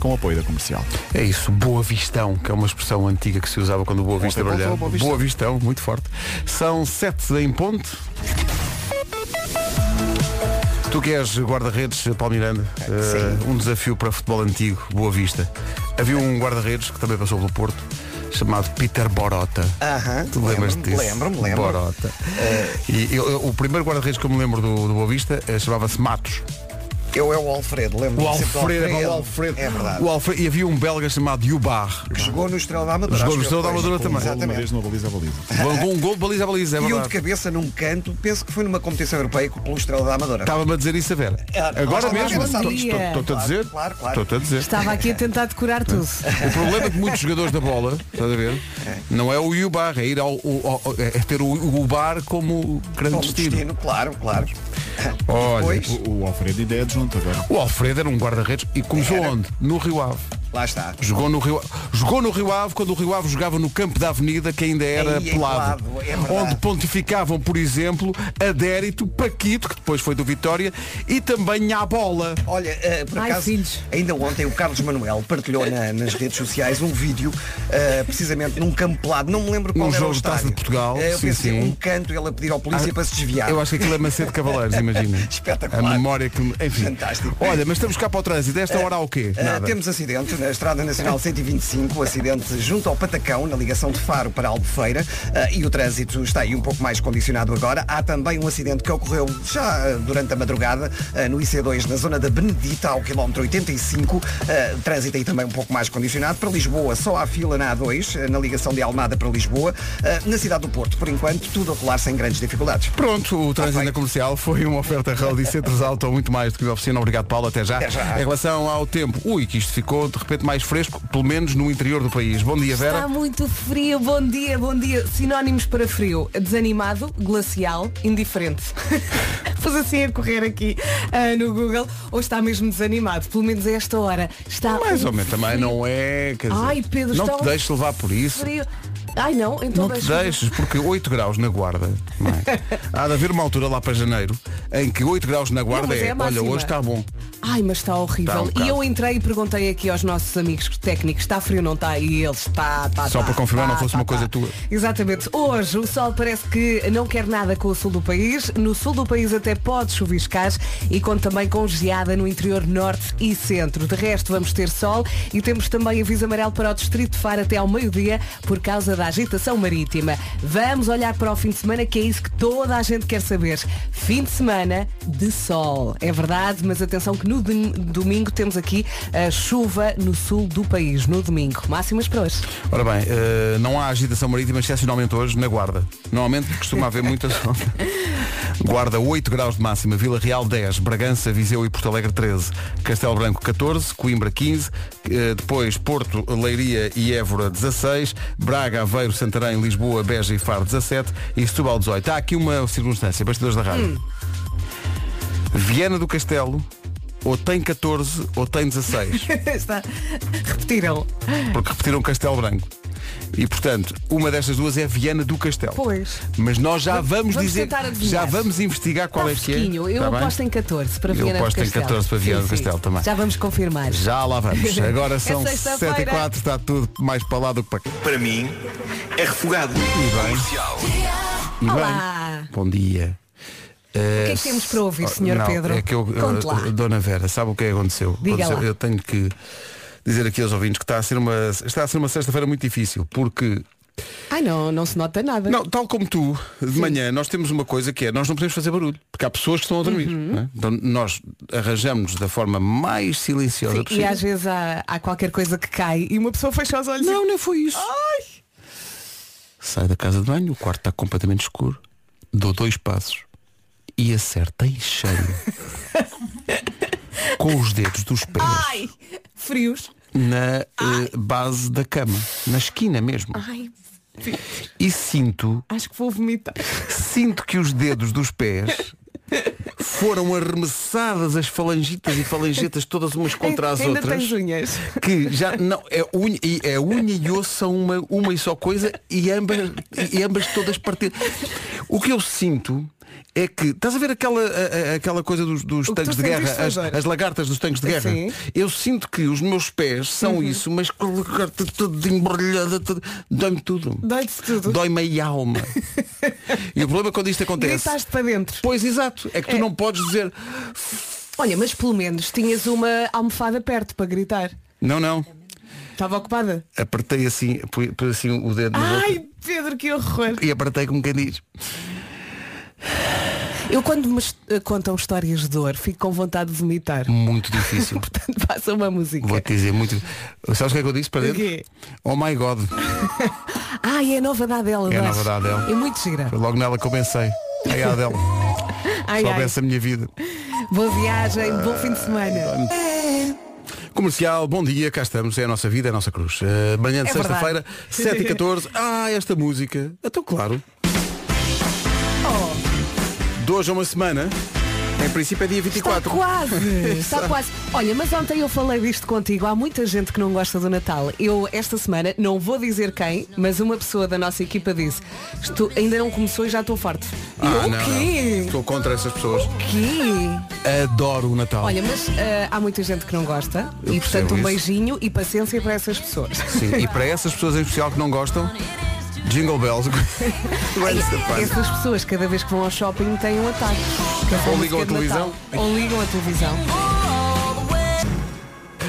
com o apoio da comercial. É isso, Boa Vistão, que é uma expressão antiga que se usava quando o Boa Vista voltou brilhava. o Boa Vista. Boa Vistão, muito forte. São sete em ponto. Tu que és guarda-redes, Paulo Miranda, É eh, um desafio para futebol antigo, Boa Vista. Havia um guarda-redes que também passou pelo Porto, chamado Peter Borota. Aham, Tu lembras lembro-me, disso? lembro-me, lembro-me. Eh. Borota. E eu- eu- o primeiro guarda-redes que eu me lembro do, do Boa Vista eh, chamava-se Matos. Eu é o Alfredo, lembro-me O sempre do Alfredo, o Alfredo. É verdade. O Alfredo. E havia um belga chamado Yubar. Que Jogou no Estrela da Amadora. Jogou acho no que Estrela da foi. Amadora também. É Uma Exatamente. vez não baliza, baliza. Levou um gol de baliza a baliza, é E eu de verdade. cabeça num canto, penso que foi numa competição europeia que pelo Estrela da Amadora. Estava-me a dizer isso a Vera. É, Agora nós mesmo. estávamos Estou- a dizer. estou- Estou-te a dizer. Claro, claro, claro. Estou-te a dizer. Estava aqui a tentar decorar tudo. O problema de muitos jogadores da bola, estás a ver? Não é o Yubar, é ir ao, ao- ao- é ter o, o bar como grande Bom destino. destino, claro, claro. Olha, Depois, O, o Alfredo ainda é adjunto agora. o Alfredo era um guarda-redes e começou Era. onde? No Rio Ave. lá está. Jogou no Rio Ave. Jogou no Rio Ave quando o Rio Ave jogava no campo da Avenida, que ainda era Aí, pelado. pelado, é verdade. onde pontificavam, por exemplo, Adérito, Paquito, que depois foi do Vitória, e também a bola. Olha, eh, por Ai, acaso, filhos. ainda ontem o Carlos Manuel partilhou na- nas redes sociais um vídeo, eh, precisamente num campo pelado, não me lembro Num qual era Um jogo o de Taça estádio. de Portugal, Eh, eu sim, pensei, sim. um canto ele a pedir ao polícia Ah, para se desviar. Eu acho que aquilo é macete de cavaleiros, imagina. Espetacular. A memória que. Enfim. Fantástico. Olha, mas estamos cá para o trânsito. Esta hora há o quê? Ah, Nada. temos acidente na Estrada Nacional 125, acidente junto ao Patacão, na ligação de Faro para Albufeira, ah, e o trânsito está aí um pouco mais condicionado agora. Há também um acidente que ocorreu já ah, durante a madrugada, ah, no IC2, na zona da Benedita, ao quilómetro 85, ah, trânsito aí também um pouco mais condicionado. Para Lisboa, só há fila na A2, ah, na ligação de Almada para Lisboa. Ah, na cidade do Porto, por enquanto, tudo a rolar sem grandes dificuldades. Pronto, o trânsito feito. na comercial foi uma oferta Rally Centros Alto, muito mais do que a oficina. Obrigado, Paulo. Até já. Até já. Em relação ao tempo, ui, que isto ficou de repente mais fresco, pelo menos no interior do país. Bom dia, Está Vera. muito frio, bom dia, bom dia. Sinónimos para frio, desanimado, glacial, indiferente. Pus assim a correr aqui ah, no Google, ou está mesmo desanimado, pelo menos a esta hora. Está Mais ou um menos, também frio. não é. Quer dizer, Ai, Pedro, não está te um deixes levar por isso. Frio. Ai não, Não então te deixa-me. deixes, porque 8 graus na guarda. não é? Há de haver uma altura lá para janeiro em que 8 graus na guarda Não, mas é é, a olha, máxima." hoje está bom. Ai, mas está Está um horrível. bocado. e eu entrei e perguntei aqui aos nossos amigos técnicos, está frio ou não está? E eles, "Tá, está, está, Só está, para confirmar, está, não fosse está, uma coisa está." tua. tá, Exatamente. Hoje o sol parece que não quer nada com o sul do país. No sul do país até pode chuviscar e conta também com geada no interior norte e centro. De resto, vamos ter sol e temos também aviso amarelo para o distrito de Faro até ao meio-dia por causa da agitação marítima. Vamos olhar para o fim de semana, que é isso que toda a gente quer saber. Fim de semana de sol. É verdade, mas atenção que no dom- domingo temos aqui a chuva no sul do país, no domingo. Máximas para hoje. Ora bem, eh, não há agitação marítima excepcionalmente hoje na Guarda. Normalmente costuma haver muita sombra. Guarda 8 graus de máxima, Vila Real 10, Bragança, Viseu e Porto Alegre 13, Castelo Branco 14, Coimbra 15, eh, depois Porto, Leiria e Évora 16, Braga, Aveiro, Santarém, Lisboa, Beja e Faro 17 e Setúbal 18. Há aqui uma circunstância, bastidores da rádio. Viana do Castelo ou tem 14 ou tem 16. Está. Repetiram. porque repetiram Castelo Branco. E portanto, uma destas duas é Viana do Castelo. Pois. Mas nós já vamos, Vamos dizer, tentar adivinhar. já vamos investigar qual Está é que é. fresquinho. Eu Está bem? aposto em 14 para Eu Viana aposto do em Castelo. 14 para Viana do Castelo também. Já vamos confirmar. Já lá vamos. Agora são É 7 sexta-feira. e 4, está tudo mais para lá do que para cá. Para mim, é refogado. Comercial. E bem, Olá. bom dia. Eh, que é que temos para ouvir, Sr. Pedro? É que eu, Conte lá. Dona Vera, sabe o que é que aconteceu? Diga Aconteceu- lá. Eu tenho que dizer aqui aos ouvintes que está a ser uma, está a ser uma sexta-feira muito difícil, porque Ai não, não se nota nada. Não, tal como tu, de manhã nós temos uma coisa que é, nós não podemos fazer barulho, porque há pessoas que estão a dormir. Uhum. não é? Então nós arranjamos da forma mais silenciosa Sim, e possível. às vezes há, há qualquer coisa que cai e uma pessoa fecha os olhos. Não, não foi isso. Sai da casa de banho, o quarto está completamente escuro, dou dois passos e acerta e cheio. com os dedos dos pés Ai, frios. na eh, Ah! base da cama, na esquina mesmo. Ai, E sinto acho que vou vomitar. Sinto que os dedos dos pés foram arremessadas as falangitas e falangetas todas umas contra as Ainda outras. tens unhas. Que já não, é unha, e- é unha e osso são uma, uma e só coisa e ambas, e ambas todas partidas. O que eu sinto é que, estás a ver aquela, a- a- aquela coisa dos, dos O que tu tanques de sentiste guerra, as, agora? as lagartas dos tanques de guerra? Sim. Uhum. Eu sinto que os meus pés são isso, mas com a lagarta toda embrulhada, toda- dói-me tudo. Dói-te tudo. Dói-me a alma. e o problema é quando isto acontece. Gritaste para dentro. Pois exato, é que tu não podes dizer Olha, mas pelo menos tinhas uma almofada perto para gritar. Não, não, Estava ocupada. apertei assim, pus pus assim o dedo no outro Ai, Pedro, que horror. e apertei como quem diz Eu quando me est- eh, contam histórias de dor, fico com vontade de vomitar. Muito difícil Portanto, passa uma música. Vou-te dizer muito Sabes o que é que eu disse para O dentro? quê? Oh my God Ah, é a nova da É Adele. a eu nova acho. da Adele. É muito gira. Foi logo nela que eu pensei Ai a Adele, Ai, ai. soubesse a minha vida Boa viagem, bom fim de semana. Comercial, bom dia, cá estamos, é a nossa vida, é a nossa cruz Eh, Manhã de É sexta-feira, 7h14 Ah, esta música, então claro De hoje a uma semana Em princípio é dia Está 24 quase, está quase. Olha, mas ontem eu falei disto contigo. Há muita gente que não gosta do Natal. Eu, esta semana, não vou dizer quem, mas uma pessoa da nossa equipa disse "Estou- ainda não começou e já estou forte. E eu, Ah, o não, não. quê? Estou contra essas pessoas. O quê? Adoro o Natal. Olha, mas ah, há muita gente que não gosta. Eu e, percebo portanto, um isso. beijinho e paciência para essas pessoas. Sim, e para essas pessoas em especial que não gostam, Jingle Bells. Grande safado. Essas pessoas, cada vez que vão ao shopping, têm um ataque. Que é essa Ou música ligam a de Natal. televisão. Ou ligam a televisão.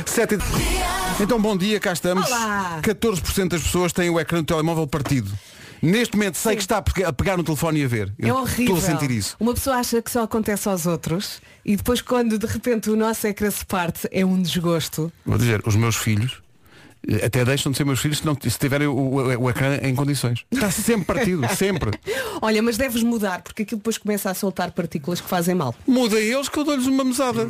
Sete e- Então bom dia, cá estamos. Olá. 14% das pessoas têm o ecrã do telemóvel partido. Neste momento sei que está a pe- a pegar no telefone e a ver. É Eu horrível. Estou a sentir isso. Uma pessoa acha que só acontece aos outros e depois quando de repente o nosso ecrã se parte é um desgosto. Vou dizer, os meus filhos eh, até deixam de ser meus filhos se, não, se tiverem o, o- o ecrã em condições. Está sempre partido, sempre. Olha, mas deves mudar porque aquilo depois começa a soltar partículas que fazem mal. Muda eles que eu dou-lhes uma mesada.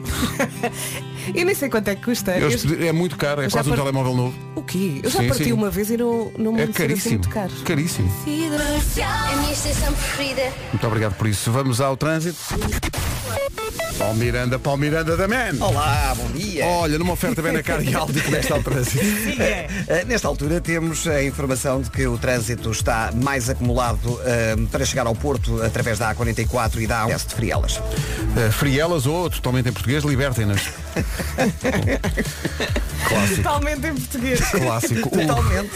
Eu nem sei quanto é que custa. Eu- Eu- é muito caro, é Eu já quase um par- telemóvel novo. O quê? Eu já Sim, parti sim. uma vez e não, não me É lembro de ser assim caríssimo. muito caro. Caríssimo. A minha estação preferida. Muito obrigado por isso. Vamos ao trânsito. Paulo Miranda, Paulo Miranda da Man. Olá, bom dia. Olha, numa oferta bem na cara e alta que nesta ao trânsito. É, Uh, Nesta altura temos a informação de que o trânsito está mais acumulado uh, para chegar ao Porto através da A44 e da A um de Frielas. Uh, frielas ou, totalmente em português, libertem-nas. clássico, é Totalmente em português. clássico. Totalmente.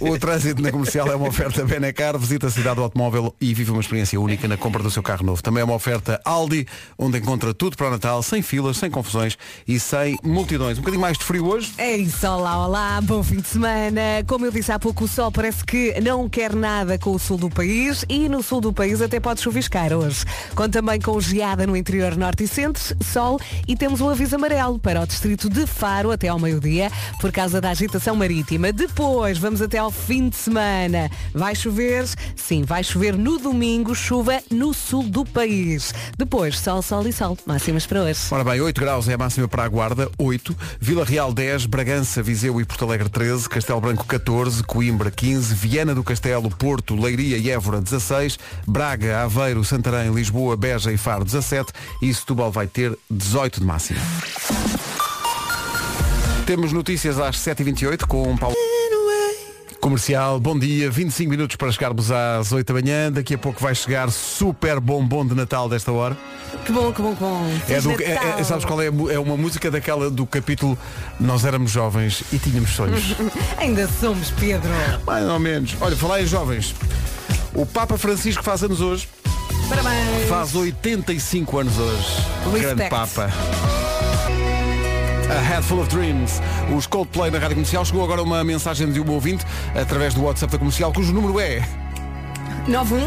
O, o trânsito na comercial é uma oferta Benacar, visita a cidade do automóvel e vive uma experiência única na compra do seu carro novo. Também é uma oferta Aldi, onde encontra tudo para o Natal, sem filas, sem confusões e sem multidões. Um bocadinho mais de frio hoje. É isso, olá, olá, bom fim de semana. Como eu disse há pouco, o sol parece que não quer nada com o sul do país e no sul do país até pode chuviscar hoje. Conta também com geada no interior norte e centro, sol e temos um aviso amarelo para o distrito de Faro até ao meio-dia por causa da agitação marítima. Depois vamos até ao fim de semana. Vai chover? Sim, vai chover no domingo, chuva no sul do país. Depois, sol, sol e sol. Máximas para hoje. Ora bem, 8 graus é a máxima para a Guarda, 8, Vila Real 10, Bragança, Viseu e Porto Alegre 13, Castelo Branco 14, Coimbra 15, Viana do Castelo, Porto, Leiria e Évora 16, Braga, Aveiro, Santarém, Lisboa, Beja e Faro 17 e Setúbal vai ter 18 de máximo. Temos notícias às 7h28 com o Paulo. Comercial, bom dia, 25 minutos para chegarmos às 8 da manhã, daqui a pouco vai chegar super bombom de Natal desta hora. Que bom, que bom, que bom. É Feliz do, é, é, Natal. sabes qual é? a mu- É uma música daquela do capítulo Nós éramos jovens e tínhamos sonhos. Ainda somos, Pedro. Mais ou menos. Olha, falar em jovens. O Papa Francisco faz anos hoje. Parabéns. Faz 85 anos hoje. Respect. Grande Papa. A Head Full of Dreams. Os Coldplay na Rádio Comercial. Chegou agora uma mensagem de um ouvinte através do WhatsApp da Comercial, cujo número é... Era o que 910033759.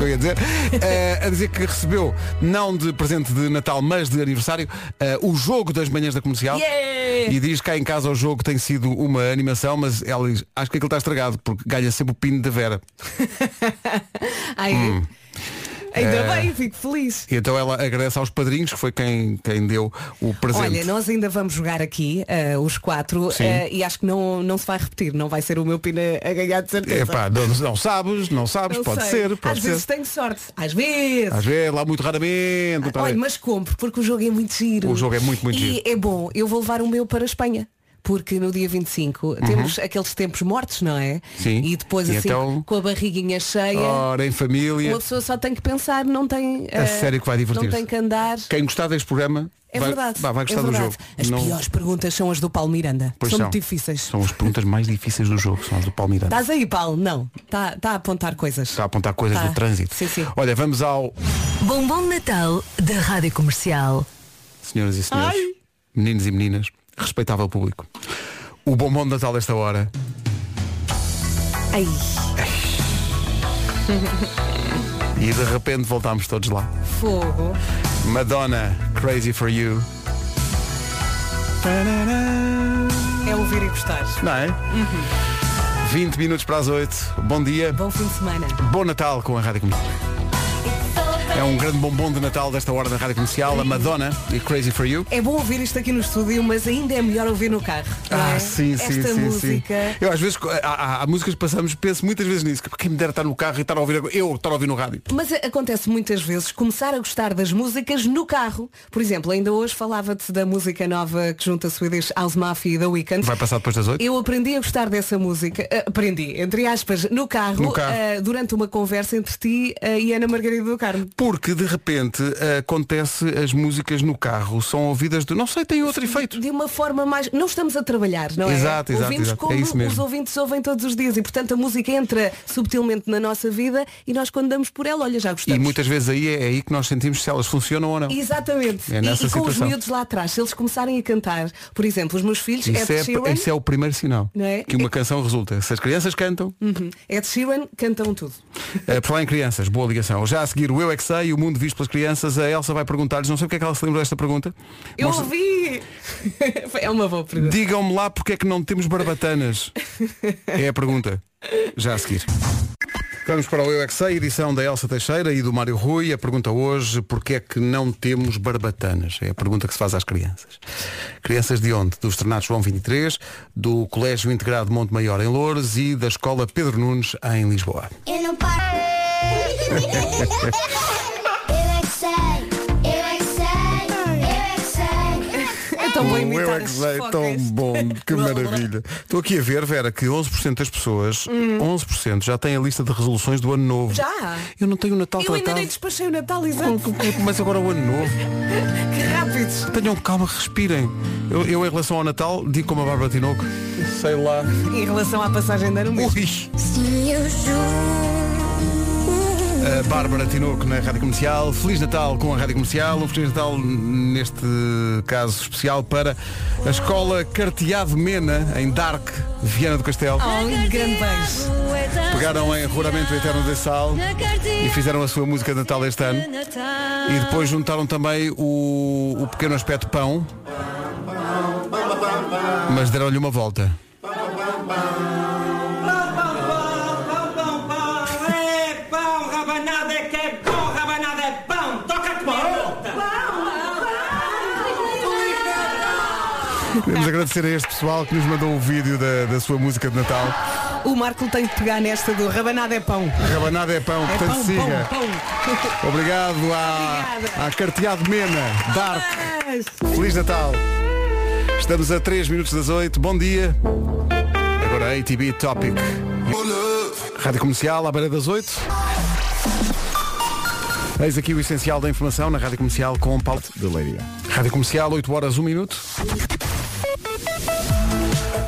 eu ia dizer. Eh, a dizer que recebeu, não de presente de Natal, mas de aniversário, eh, o jogo das manhãs da comercial. Yeah! E diz que cá em casa o jogo tem sido uma animação, mas ela diz, acho que aquilo está estragado, porque ganha sempre o pino da Vera. Ai, Hum. Ainda É. bem, fico feliz. E então ela agradece aos padrinhos, que foi quem, quem deu o presente. Olha, nós ainda vamos jogar aqui, ah, os quatro, Sim. ah, e acho que não, não se vai repetir, não vai ser o meu pino a a ganhar de certeza. Epá, não, não sabes, não sabes, Não pode sei. ser, pode Às ser. vezes tenho sorte, às vezes. Às vezes, lá muito raramente. muito Olha, raramente. mas compro, porque o jogo é muito giro. O jogo é muito, muito e giro. é bom, eu vou levar o meu para a Espanha. porque no dia 25 temos aqueles tempos mortos, não é? Uhum. Sim. E depois E assim, então- Oh, com a barriguinha cheia, Ora, em família. uma pessoa só tem que pensar, não tem. É eh, sério que vai divertir-se. Não tem que andar. Quem gostar deste programa É vai, verdade. vai- vai gostar é do verdade. jogo. As Não- piores perguntas são as do Paulo Miranda. Pois são, muito difíceis. Tá. São as perguntas mais difíceis do jogo, são as do Palmeiras. Estás aí, Paulo? Não. Está tá a apontar coisas. Está a apontar coisas Tá. do trânsito. Sim, sim. Olha, vamos ao. Bombom de Natal da Rádio Comercial. Senhoras e senhores, meninos e meninas, respeitável público. O bombom de Natal desta hora Ai, e de repente voltámos todos lá. fogo. Madonna, Crazy for You. É ouvir e gostar. Não é? Uhum. 20 minutos para as 8. Bom dia. Bom fim de semana. Bom Natal com a Rádio Comercial. É um grande bombom de Natal desta hora da Rádio Comercial, a Madonna e Crazy for You. É bom ouvir isto aqui no estúdio, mas ainda é melhor ouvir no carro. Ah, não é? Esta música. Eu às vezes, há, há- há músicas que passamos, penso muitas vezes nisso, que quem me dera estar no carro e estar a ouvir agora- eu estar a ouvir no rádio. Mas a- acontece muitas vezes começar a gostar das músicas no carro. Por exemplo, ainda hoje falava-te da música nova que junta Swedish House Mafia e The Weeknd. Vai passar depois das 8? Eu aprendi a gostar dessa música, eh, aprendi, entre aspas, no carro, No carro. eh, durante uma conversa entre ti eh, e Ana Margarida do Carmo. Porque de repente acontece as músicas no carro, são ouvidas do. Não sei, tem outro efeito. De uma forma mais. Não estamos a trabalhar, não é? Exato, exato, Ouvimos exato. como É isso mesmo. os ouvintes ouvem todos os dias e portanto a música entra subtilmente na nossa vida e nós quando damos por ela, olha, já E gostamos. muitas vezes aí é, é aí que nós sentimos se elas funcionam ou não. Exatamente. É e, nessa e com os situação. miúdos lá atrás, se eles começarem a cantar, por exemplo, os meus filhos, Isso Ed Sheeran, é, isso é o primeiro sinal Não é? que uma canção resulta. Se as crianças cantam, Uhum. Ed Sheeran cantam tudo. Eh, por lá em crianças, boa ligação. Já a seguir o Eu É Que Sei, o mundo visto pelas crianças, a Elsa vai perguntar-lhes, não sei porque é que ela se lembra desta pergunta. Eu Mostra- ouvi! é uma boa pergunta. Digam-me lá porque é que não temos barbatanas. é a pergunta. Já a seguir. Vamos para o Eu É Que Sei, edição da Elsa Teixeira e do Mário Rui. A pergunta hoje, porque é que não temos barbatanas? É a pergunta que se faz às crianças. Crianças de onde? Do Estrenato João 23, do Colégio Integrado Monte Maior em Loures e da Escola Pedro Nunes em Lisboa. Eu não paro. eu é que sei, eu é que sei, eu é que sei. É tão bom O imitar Eu é que as sei, focas. tão bom, que maravilha. Estou aqui a ver, Vera, que 11% das pessoas, 11% já têm a lista de resoluções do ano novo. Já? Eu não tenho o Natal Eu ainda tratado. nem despachei o Natal, Como- exato. como- como Começa agora o ano novo. Que rápidos. Tenham calma, respirem. Eu, eu, em relação ao Natal, digo como a Bárbara Tinoco. Sei lá. Em relação à passagem de ano mesmo. Ui. Sim, eu juro. A Bárbara Tinoco na Rádio Comercial. Feliz Natal com a Rádio Comercial. Um Feliz Natal, neste caso especial, para a Escola Carteado Mena, em Dark, Viana do Castelo. Oh, um grande beijo. Pegaram em Roramento Eterno da Sal e fizeram a sua música de Natal este ano. E depois juntaram também o, o pequeno aspecto pão, mas deram-lhe uma volta. É pão, rabanada é que é pão, rabanada é pão, toca-te Queremos agradecer a este pessoal que nos mandou o vídeo da, da sua música de Natal. O Marco tem que pegar nesta do Rabanada é pão. Rabanada é pão, É portanto pão, siga. pão, pão. Obrigado à, Obrigada. à Carteado Mena, Dark. Mas- Feliz Natal. Estamos a 3 minutos das 8. Bom dia. Agora ATB Topic. Rádio Comercial, à beira das 8. Eis aqui o essencial da informação na Rádio Comercial com Paulo. De Leiria. Rádio Comercial, 8 horas, 1 minuto.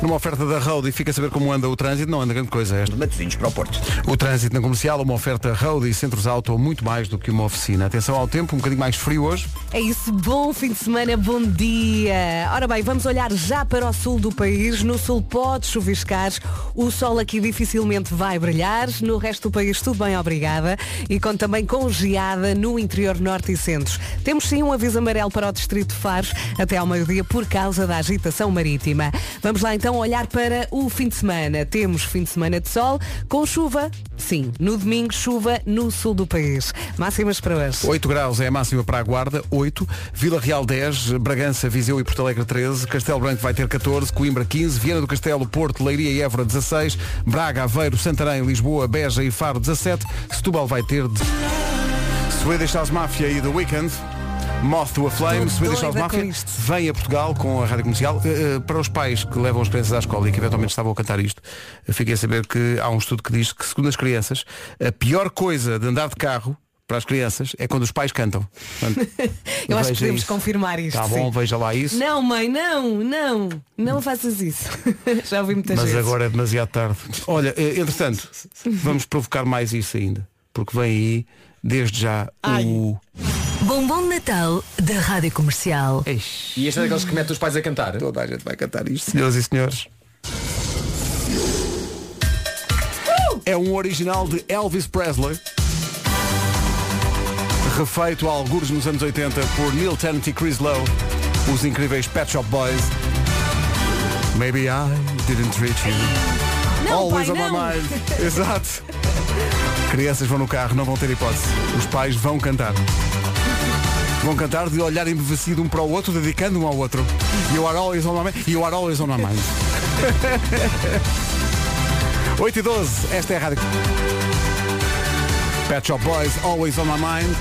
Numa oferta da Road e fica a saber como anda o trânsito, não anda grande coisa esta. De Matosinhos para o Porto. O trânsito na comercial, uma oferta Road e centros auto, muito mais do que uma oficina. Atenção ao tempo, um bocadinho mais frio hoje. É isso, bom fim de semana, bom dia. Ora bem, vamos olhar já para o sul do país. No sul pode chuviscar, o sol aqui dificilmente vai brilhar. No resto do país tudo bem, obrigada. E com também com geada no interior norte e centros. Temos sim um aviso amarelo para o distrito de Faros até ao meio-dia por causa da agitação marítima. Vamos lá então olhar para o fim de semana. Temos fim de semana de sol com chuva. Sim, no domingo chuva no sul do país. Máximas para hoje. 8 graus é a máxima para a Guarda, 8. Vila Real 10, Bragança, Viseu e Porto Alegre 13, Castelo Branco vai ter 14, Coimbra 15, Viana do Castelo, Porto, Leiria e Évora 16, Braga, Aveiro, Santarém, Lisboa, Beja e Faro 17, Setúbal vai ter de... Swedish House Mafia e The Weeknd Moth to a Flame, Estou Swedish House doida Mafia, com isto. vem a Portugal com a rádio comercial. Eh, eh, para os pais que levam as crianças à escola e que eventualmente estavam a cantar isto, eh, fiquei a saber que há um estudo que diz que, segundo as crianças, a pior coisa de andar de carro para as crianças é quando os pais cantam. Portanto, Eu acho veja que podemos isso. confirmar isto. Tá bom, sim. veja lá isso. Não, mãe, não, não, não faças isso. Já ouvi muitas Mas vezes. agora é demasiado tarde. Olha, eh, entretanto, vamos provocar mais isso ainda. Porque vem aí, desde já, o. Bombom de Natal da Rádio Comercial. E este é daqueles que mete os pais a cantar? Toda a gente vai cantar isto, senhoras e senhores. É um original de Elvis Presley. Refeito a algures nos anos 80 por Neil Tennant e Chris Lowe, os incríveis Pet Shop Boys. Maybe I didn't reach you. Não, Always pai, on não. my mind. Exato. Crianças vão no carro, não vão ter hipótese. Os pais vão cantar. Vão cantar de olhar embevecido um para o outro, dedicando um ao outro. You are always on my mind. You are always on my mind. 8 e 12, esta é a rádio. Pet Shop Boys, always on my mind.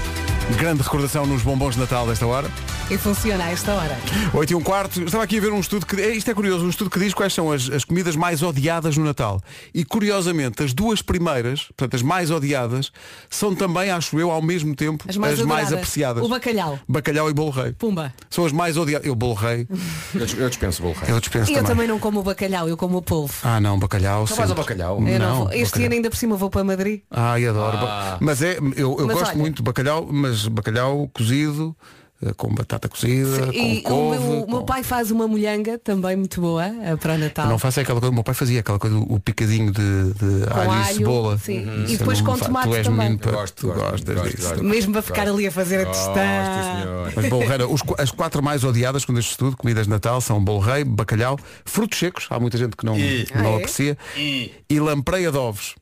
Grande recordação nos bombons de Natal desta hora. E funciona a esta hora. 8 e um quarto, estava aqui a ver um estudo que. Isto é curioso, um estudo que diz quais são as, as comidas mais odiadas no Natal. E curiosamente, as duas primeiras, portanto as mais odiadas, são também, acho eu, ao mesmo tempo, As mais adoradas. apreciadas. O bacalhau. Bacalhau e bolo rei. Pumba. São as mais odiadas. Eu bolo rei, Eu, des- eu dispenso o bolo rei. eu dispenso Eu também não como o bacalhau, eu como o polvo. Ah não, bacalhau. Não sempre. vais ao bacalhau? Eu não não, vou- Este bacalhau. ano ainda por cima vou para Madrid. Ai, adoro. Ah. Mas é, eu, eu Mas gosto olha- muito de bacalhau, mas bacalhau cozido, eh, com batata cozida, e com couve. o meu, o meu com- pai faz uma molhanga também muito boa eh, para o Natal. Eu não faço aquela coisa, o meu pai fazia aquela coisa, o picadinho de, de alho, e alho, cebola. sim. Uhum. E Isso depois eu não com fa- tomate Tu és também. menino, pá, Eu gosto, tu gosto, gostas gosto, disso. gosto. Mesmo para ficar ali a fazer a testar. senhor. Mas bolo rei, os qu- as quatro mais odiadas quando este estudo, comidas de Natal, são bolo rei, bacalhau, frutos secos, há muita gente que não, não Ah, é? aprecia, e lampreia de ovos.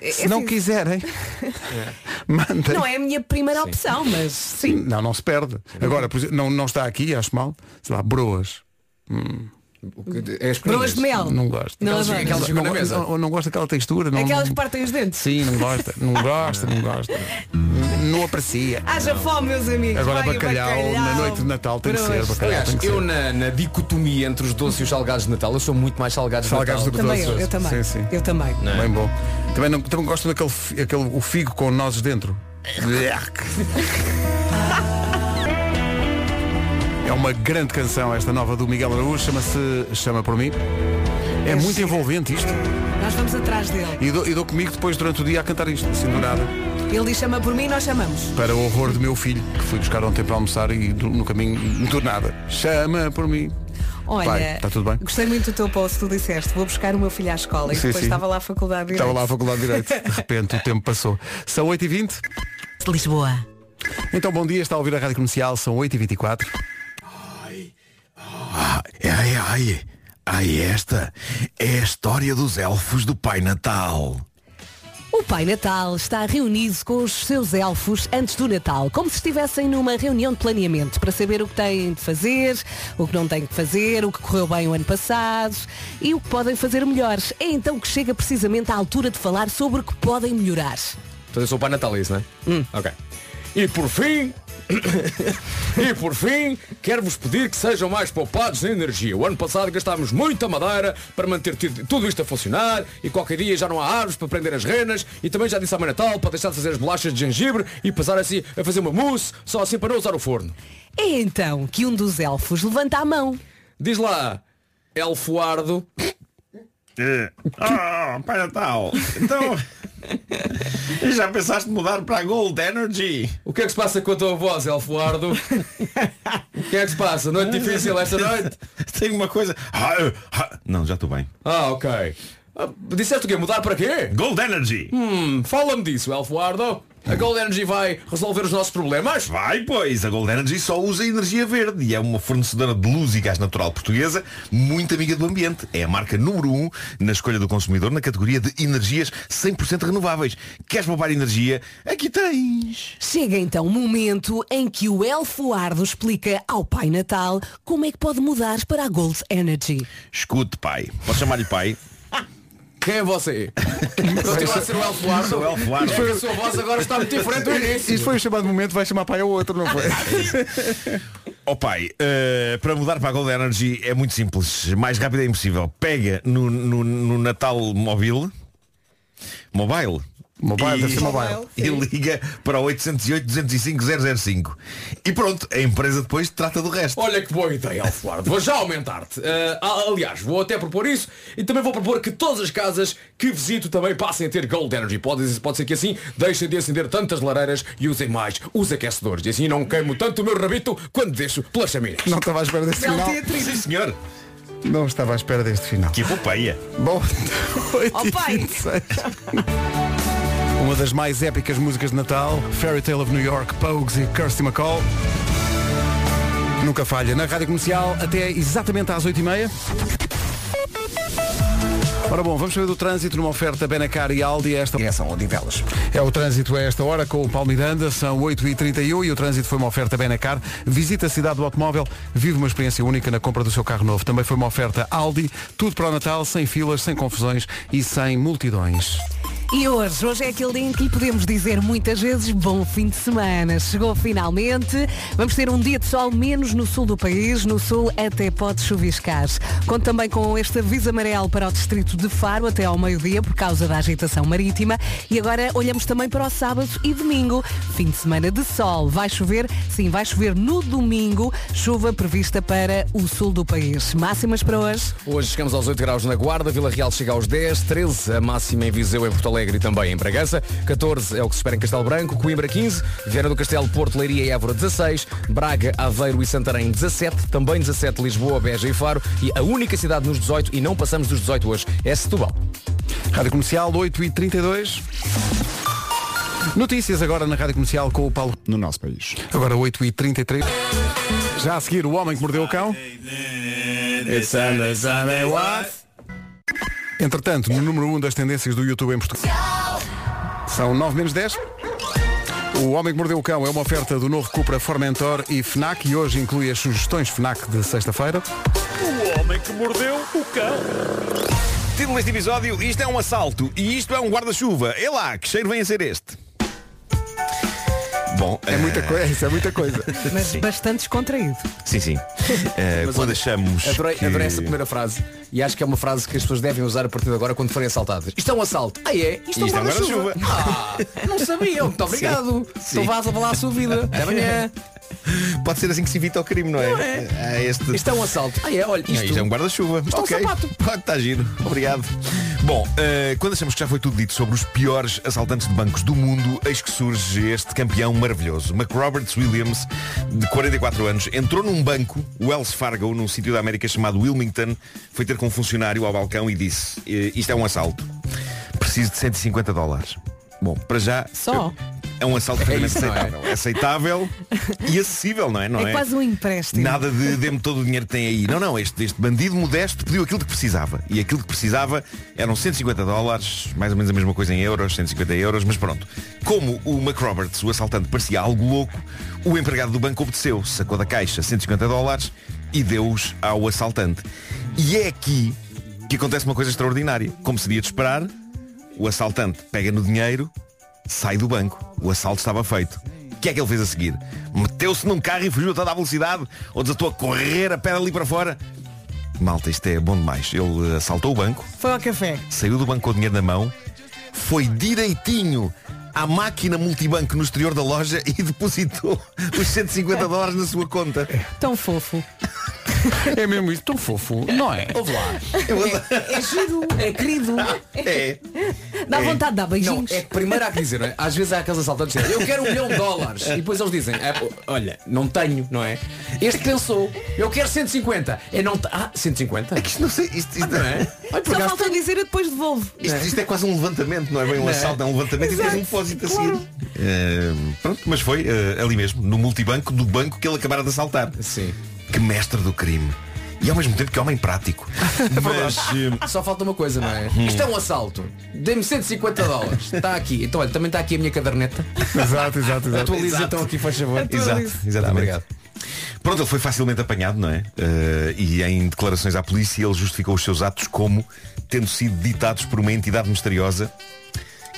Se assim. não quiserem, mandem. É Não é a minha primeira opção, mas sim. Não, não se perde. Agora, por exemplo, não, não está aqui, acho mal. Sei lá, broas. O que- É as Broas de pequeninas. mel. Não gosto. Não Aquelas- adoro. aquelas- Ficam na não- mesa. não- não gosto daquela textura. Não, Aquelas não- que partem os dentes. Sim, não gosta. Não gosta, não gosta. Não aprecia. Haja fome, meus amigos. Agora Vai o bacalhau, na noite de Natal tem que Broas. ser bacalhau. Aliás, Tem que eu ser. na, na dicotomia entre os doces e os salgados de Natal, eu sou muito mais salgados, Salgados de do Natal. que Também eu, doces. eu também. Sim, sim. Eu também. Bem bom. Também, não, também gosto daquele fi- aquele, o figo com nozes dentro. É uma grande canção esta nova do Miguel Araújo, chama-se Chama por mim. É muito envolvente isto. Nós vamos atrás dele. E dou, e dou comigo depois durante o dia a cantar isto, assim do nada. Ele diz chama por mim, nós chamamos. Para o horror do meu filho, que fui buscar ontem para almoçar e do- no caminho do nada. Chama por mim. Olha, Pai, está tá tudo bem? gostei muito do teu post, tu disseste, vou buscar o meu filho à escola e Sim, depois sim. estava lá à faculdade de Estava lá à Direito. Faculdade de Direito. De repente o tempo passou. São 8h20. De Lisboa. Então bom dia, está a ouvir a Rádio Comercial, são 8h24. Ai, ai, ai, esta é a história dos elfos do Pai Natal. O Pai Natal está reunido com os seus elfos antes do Natal, como se estivessem numa reunião de planeamento para saber o que têm de fazer, o que não têm de fazer, o que correu bem o ano passado e o que podem fazer melhores. É então que chega precisamente à altura de falar sobre o que podem melhorar. Então eu sou o Pai Natal, é isso, não é? Ok. E por fim. e por fim, quero-vos pedir que sejam mais poupados em energia. O ano passado gastámos muita madeira para manter tido- tudo isto a funcionar e qualquer dia já não há árvores para prender as renas e também já disse à Mãe Natal para deixar de fazer as bolachas de gengibre e passar assim a fazer uma mousse só assim para não usar o forno. É então que um dos elfos levanta a mão. Diz lá, Elfoardo, Oh, Pai Natal, então já pensaste mudar para a Gold Energy? o que é que se passa com a tua voz, Elfoardo? o que é que se passa? Noite difícil esta noite? Tenho uma coisa. Ah, eu- ah, Não, já estou bem. Ah, ok. Ah, Disseste o quê? Mudar para quê? Gold Energy! Fala-me disso, Elfoardo. A Gold Energy vai resolver os nossos problemas? Vai, pois, a Gold Energy só usa energia verde e é uma fornecedora de luz e gás natural portuguesa muito amiga do ambiente. É a marca número um na escolha do consumidor na categoria de energias 100% renováveis. Queres poupar energia? Aqui tens! Chega então o momento em que o elfo Ardo explica ao Pai Natal como é que pode mudar para a Gold Energy. Escute, pai. Posso chamar-lhe pai? Quem é você? Continua a ser o Elfo Lar. Sou o Elfo Lar. É que a sua voz agora está muito diferente do É início. Isto foi o chamado momento, vai chamar pai ao outro, não foi? Oh pai, eh, para mudar para a Golden Energy é muito simples, mais rápido é impossível. Pega no, no- no Natal Mobile, mobile, Mobile, e, deve ser mobile. e liga para 808-205-005. E pronto, a empresa depois trata do resto. Olha que boa ideia, Alfuardo. Vou já aumentar-te. Ah, ah, aliás, vou até propor isso e também vou propor que todas as casas que visito também passem a ter Gold Energy. Pode, pode ser que assim deixem de acender tantas lareiras e usem mais os aquecedores. E assim não queimo tanto o meu rabito quando deixo pelas chaminés. Não estava à espera deste final. Sim senhor, Não estava à espera deste final. que epopeia. Bom, oito e Oh, pai. 26. Uma das mais épicas músicas de Natal, Fairy Tale of New York, Pogues e Kirsty McCall. Nunca falha. Na Rádio Comercial, até exatamente às 8h30. Ora bom, vamos saber do trânsito numa oferta Benacar e Aldi. a Esta Direção ao Odivelas. é o trânsito a esta hora com o Paulo Miranda, são 8h31 e o trânsito foi uma oferta Benacar. Visita a cidade do automóvel, vive uma experiência única na compra do seu carro novo. Também foi uma oferta Aldi, tudo para o Natal, sem filas, sem confusões e sem multidões. E hoje, hoje é aquele dia em que lhe podemos dizer muitas vezes bom fim de semana. Chegou finalmente, vamos ter um dia de sol menos no sul do país, no sul até pode chuviscar. Conto também com este aviso amarelo para o distrito de Faro até ao meio-dia por causa da agitação marítima. E agora olhamos também para o sábado e domingo, fim de semana de sol. Vai chover? Sim, vai chover no domingo, chuva prevista para o sul do país. Máximas para hoje? Hoje chegamos aos 8 graus na Guarda, Vila Real chega aos 10, 13 a máxima em Viseu, em Porto Alegre e também em Bragança, 14 é o que se espera em Castelo Branco, Coimbra 15, Viana do Castelo, Porto, Leiria e Évora 16, Braga, Aveiro e Santarém 17, também 17 Lisboa, Beja e Faro e a única cidade nos 18 e não passamos dos 18 hoje é Setúbal. Rádio Comercial, 8h32. Notícias agora na Rádio Comercial com o Paulo. no nosso país. Agora 8h33. Já a seguir, o homem que mordeu o cão. Entretanto, no número 1 um das tendências do YouTube em Portugal. São 9 menos 10. O Homem que Mordeu o Cão é uma oferta do novo Cupra Formentor e FNAC e hoje inclui as sugestões FNAC de sexta-feira. Título deste episódio, isto é um assalto e isto é um guarda-chuva. É lá, que cheiro vem a ser este? Bom, eh, É muita coisa, isso é muita coisa. Mas bastante descontraído. Sim, sim. Eh, quando achamos. Adorei, que- adorei essa primeira frase e acho que é uma frase que as pessoas devem usar a partir de agora quando forem assaltadas. Isto é um assalto. Ah é? Isto, Isto é é um um guarda-chuva. ah, não sabia. Muito obrigado. Então vá lá a sua vida. Até amanhã. Pode ser assim que se evita o crime, não é? Há este... Isto é um assalto. Ah é, olha, Não, isto, isto é um guarda-chuva. Isto é um sapato. Pode estar tá giro. Obrigado. Bom, eh, quando achamos que já foi tudo dito sobre os piores assaltantes de bancos do mundo, eis que surge este campeão maravilhoso. McRoberts Williams, de 44 anos, entrou num banco, Wells Fargo, num sítio da América chamado Wilmington, foi ter com um funcionário ao balcão e disse, eh, isto é um assalto. Preciso de 150 dólares. Bom, para já... Só? É um assalto perfeitamente isso, não é? aceitável. Aceitável e acessível, não é? Não É quase um empréstimo. Nada de dê-me todo o dinheiro que tem aí. Não, não, este, este bandido modesto pediu aquilo que precisava. E aquilo que precisava eram 150 dólares, mais ou menos a mesma coisa em euros, 150 euros, mas pronto. Como o McRoberts, o assaltante, parecia algo louco, o empregado do banco obedeceu, sacou da caixa 150 dólares e deu-os ao assaltante. E é aqui que acontece uma coisa extraordinária. Como seria de esperar, o assaltante pega no dinheiro, sai do banco. O assalto estava feito. O que é que ele fez a seguir? Meteu-se num carro e fugiu a toda a velocidade, ou desatou a correr a pedra ali para fora. Malta, isto é bom demais. Ele eh, assaltou o banco, Foi ao café. saiu do banco com o dinheiro na mão, foi direitinho à máquina multibanco no exterior da loja e depositou os 150 dólares na sua conta. Tão fofo. É mesmo isto, tão fofo, não é? Ouve lá. É giro, é querido. É. Dá vontade de dar Não, beijinhos. é que primeiro há que dizer, não é? Às vezes há aqueles assaltantes que dizem, eu quero um milhão de dólares. E depois eles dizem, "Ah, pô, olha, não tenho, não é? Este pensou, eu quero 150. Eu não te- Ah, 150? Isto não sei, isto, isto- Não é? Ai, por Só acaso- falta dizer eu depois devolvo. Isto, isto é quase um levantamento, não é bem um assalto, é um levantamento e Exato, depois um depósito claro. assim. pronto, mas foi eh, ali mesmo, no multibanco do banco que ele acabara de assaltar. Sim. Que mestre do crime. E ao mesmo tempo que homem prático. mas, eh, É Uhum. Só falta uma coisa, não é? Isto é um assalto. Dê-me 150 dólares. Está aqui. Então, olha, também está aqui a minha caderneta. Exato, exato, exato. Atualiza então aqui, faz favor. exato, exatamente. Obrigado. Pronto, ele foi facilmente apanhado, não é? Eh, e em declarações à polícia ele justificou os seus atos como tendo sido ditados por uma entidade misteriosa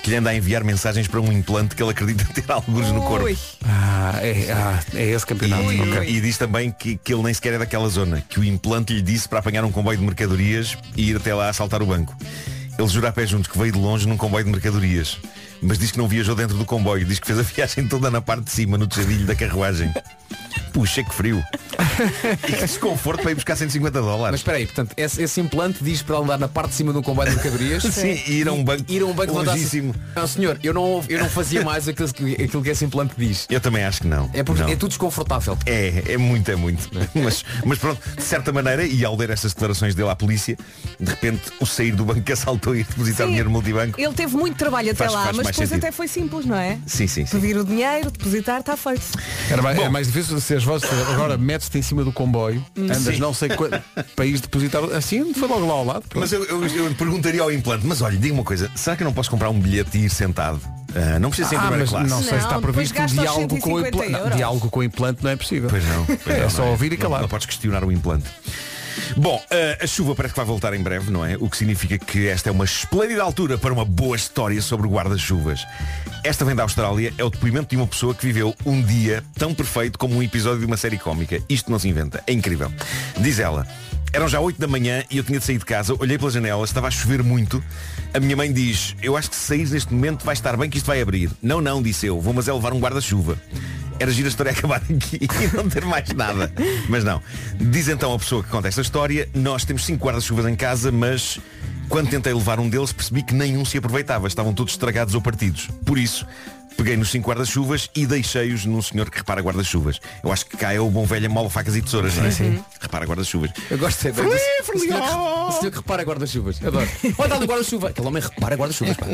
que lhe anda a enviar mensagens para um implante que ele acredita ter alguns no corpo. Ui, Ah, é, ah, é esse campeonato. E, ok. e diz também que, que ele nem sequer é daquela zona, que o implante lhe disse para apanhar um comboio de mercadorias e ir até lá assaltar o banco. Ele jura a pé juntos que veio de longe num comboio de mercadorias, mas diz que não viajou dentro do comboio, diz que fez a viagem toda na parte de cima, no tejadilho da carruagem. Puxa, que frio. E que desconforto para ir buscar 150 Mas dólares. espera aí, portanto, esse, esse implante diz para andar na parte de cima de um comboio de mercadorias. Sim, e ir a um banco Ir a um banco levantar-se- longíssimo. Não, senhor, eu não, eu não fazia mais aquilo que, aquilo que esse implante diz. Eu também acho que não. É porque Não. é tudo desconfortável. É, é muito, é muito. Mas, mas pronto, de certa maneira, e ao ler estas declarações dele à polícia, de repente o sair do banco que assaltou e depositar Sim. é um dinheiro no multibanco. ele teve muito trabalho até Faz- lá, faz mas mais depois sentido. até foi simples, não é? Sim, sim, sim. Pedir o dinheiro, depositar, está feito. Era mais, era mais difícil se as vozes agora metes-te em cima do comboio, andas não sei quanto país depositar assim, foi logo lá ao lado. Mas eu, eu, eu perguntaria ao implante, mas olha, diga uma coisa, será que eu não posso comprar um bilhete e ir sentado? Ah, não precisa ser em Ah, primeira mas classe. não sei se está Não, previsto um depois gasta os diálogo com o 150 implante. Não, euros. diálogo com o implante não é possível. Pois não. pois É não, só não ouvir e Não- calar. Não, podes questionar o implante. Bom, eh, a chuva parece que vai voltar em breve, não é? O que significa que esta é uma esplêndida altura para uma boa história sobre guarda-chuvas. Esta vem da Austrália, é o depoimento de uma pessoa que viveu um dia tão perfeito como um episódio de uma série cómica. Isto não se inventa, é incrível. Diz ela, eram já 8 da manhã e eu tinha de sair de casa, olhei pela janela, estava a chover muito. A minha mãe diz, eu acho que se saís neste momento vai estar bem que isto vai abrir. Não, não, disse eu, vou mas é levar um guarda-chuva. Era gira a história acabar aqui e não ter mais nada. Mas não. Diz então a pessoa que conta esta história, nós temos cinco guarda-chuvas em casa, mas quando tentei levar um deles percebi que nenhum se aproveitava, estavam todos estragados ou partidos. Por isso, peguei nos cinco guarda-chuvas e deixei-os num senhor que repara guarda-chuvas. Eu acho que cá é o bom velho mola facas e tesouras, não é? Sim. Repara guarda-chuvas. Eu gosto de do, do, do senhor, que- o senhor que repara guarda-chuvas. Adoro. Olha está no guarda-chuva. Aquele homem repara guarda-chuvas. pá.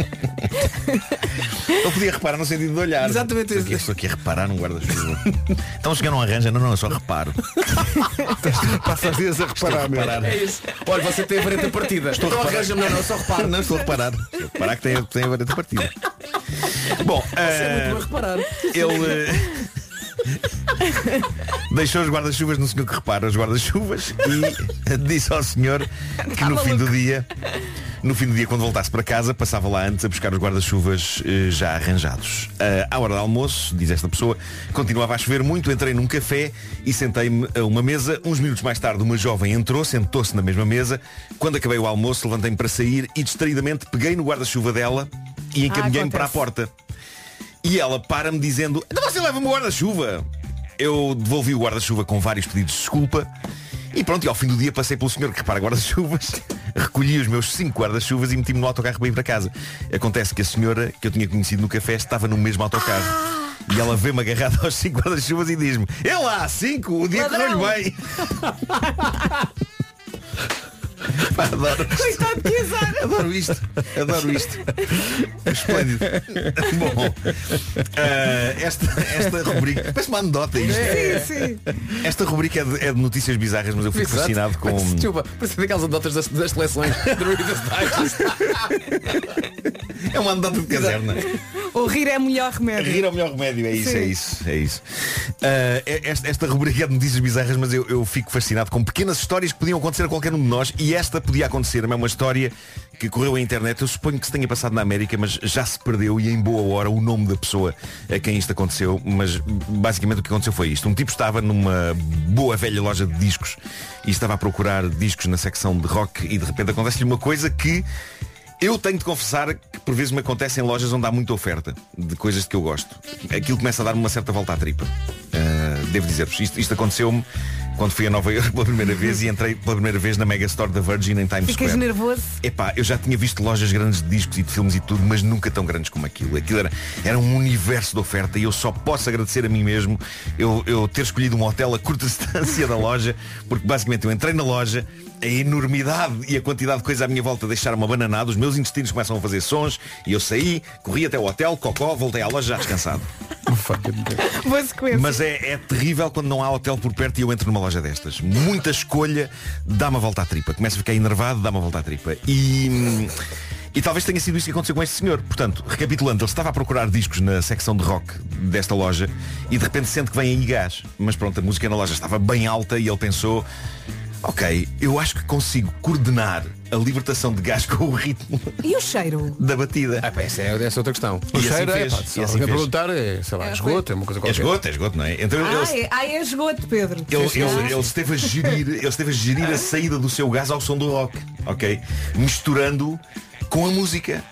Ele podia reparar no sentido de olhar. Exatamente Estou aqui, estou aqui a reparar num guarda-chuva. então se eu não arranja, não, não, eu só reparo. Passas dias a Estou a reparar, meu. reparar. É isso. Olha, você tem a vareta partida. Estou não arranja-me, não, não, só repara. Não estou a reparar. Estou a reparar que tem, tem a vareta partida. Bom, é eh, Estou a reparar. ele eh, deixou os guarda-chuvas no senhor que repara os guarda-chuvas e disse ao senhor que no fim do dia, no fim do dia quando voltasse para casa, passava lá antes a buscar os guarda-chuvas eh, já arranjados. Eh, à hora do almoço, diz esta pessoa, continuava a chover muito, entrei num café e sentei-me a uma mesa. Uns minutos mais tarde uma jovem entrou, sentou-se na mesma mesa. Quando acabei o almoço, levantei-me para sair e distraidamente peguei no guarda-chuva dela e encaminhei-me para a porta. E ela para-me dizendo Então você leva-me o guarda-chuva Eu devolvi o guarda-chuva com vários pedidos de desculpa E pronto, e ao fim do dia passei pelo senhor que repara guarda-chuvas Recolhi os meus cinco guarda-chuvas e meti-me no autocarro para ir para casa Acontece que a senhora que eu tinha conhecido no café estava no mesmo autocarro E ela vê-me agarrado aos cinco guarda-chuvas e diz-me É lá, cinco, o dia Ladrão. correu-lhe bem Pá, adoro Coitado que azar. Adoro isto, adoro isto. Esplêndido. Bom, eh, esta, esta rubrica. Parece uma anedota isto. Sim, sim. Esta rubrica é de, é de notícias bizarras, mas eu fico Exato. fascinado com. Parece, Desculpa, parece daquelas adotas das, das seleções do Reader's Digest. É uma anedota de caserna. O rir é o melhor remédio. Rir é o melhor remédio, é isso, Sim. é isso, é isso. Ah, é- esta, esta rubrica é de notícias bizarras, mas eu, eu fico fascinado com pequenas histórias que podiam acontecer a qualquer um de nós e esta podia acontecer, mas é uma história que correu na internet, eu suponho que se tenha passado na América, mas já se perdeu e em boa hora o nome da pessoa a quem isto aconteceu, mas basicamente o que aconteceu foi isto. Um tipo estava numa boa velha loja de discos e estava a procurar discos na secção de rock e de repente acontece-lhe uma coisa que eu tenho de confessar que por vezes me acontece em lojas onde há muita oferta de coisas que eu gosto. Aquilo começa a dar-me uma certa volta à tripa. Ah, devo dizer-vos, isto, isto aconteceu-me quando fui a Nova Iorque pela primeira vez e entrei pela primeira vez na Mega Store da Virgin em Times Ficas Square. nervoso. Epá, eu já tinha visto lojas grandes de discos e de filmes e tudo, mas nunca tão grandes como aquilo. Aquilo era, era um universo de oferta e eu só posso agradecer a mim mesmo eu, eu ter escolhido um hotel a curta distância da loja, porque basicamente eu entrei na loja, a enormidade e a quantidade de coisa à minha volta deixaram-me abananado, os meus intestinos começam a fazer sons e eu saí, corri até o hotel, cocó, voltei à loja já descansado. Boa sequência. Mas é, é terrível quando não há hotel por perto e eu entro numa loja destas. Muita escolha dá-me a volta à tripa. Começo a ficar enervado, dá-me a volta à tripa. E, hum, E talvez tenha sido isso que aconteceu com este senhor. Portanto, recapitulando, ele estava a procurar discos na secção de rock desta loja e de repente sente que vem aí gás. Mas pronto, a música na loja estava bem alta e ele pensou, ok, eu acho que consigo coordenar a libertação de gás com o ritmo E o cheiro? da batida. Ah, pá, essa é, essa é outra questão. E O assim cheiro é, fez, pá, se e assim alguém fez. perguntar, é, sei lá, É, esgoto, é uma coisa É qualquer. esgoto, é esgoto, não é? Então ele, Ai, ai, é esgoto, Pedro. Ele, Sim, ele- sim. ele esteve a gerir, ele esteve a gerir a saída do seu gás ao som do rock, ok? Misturando com a música.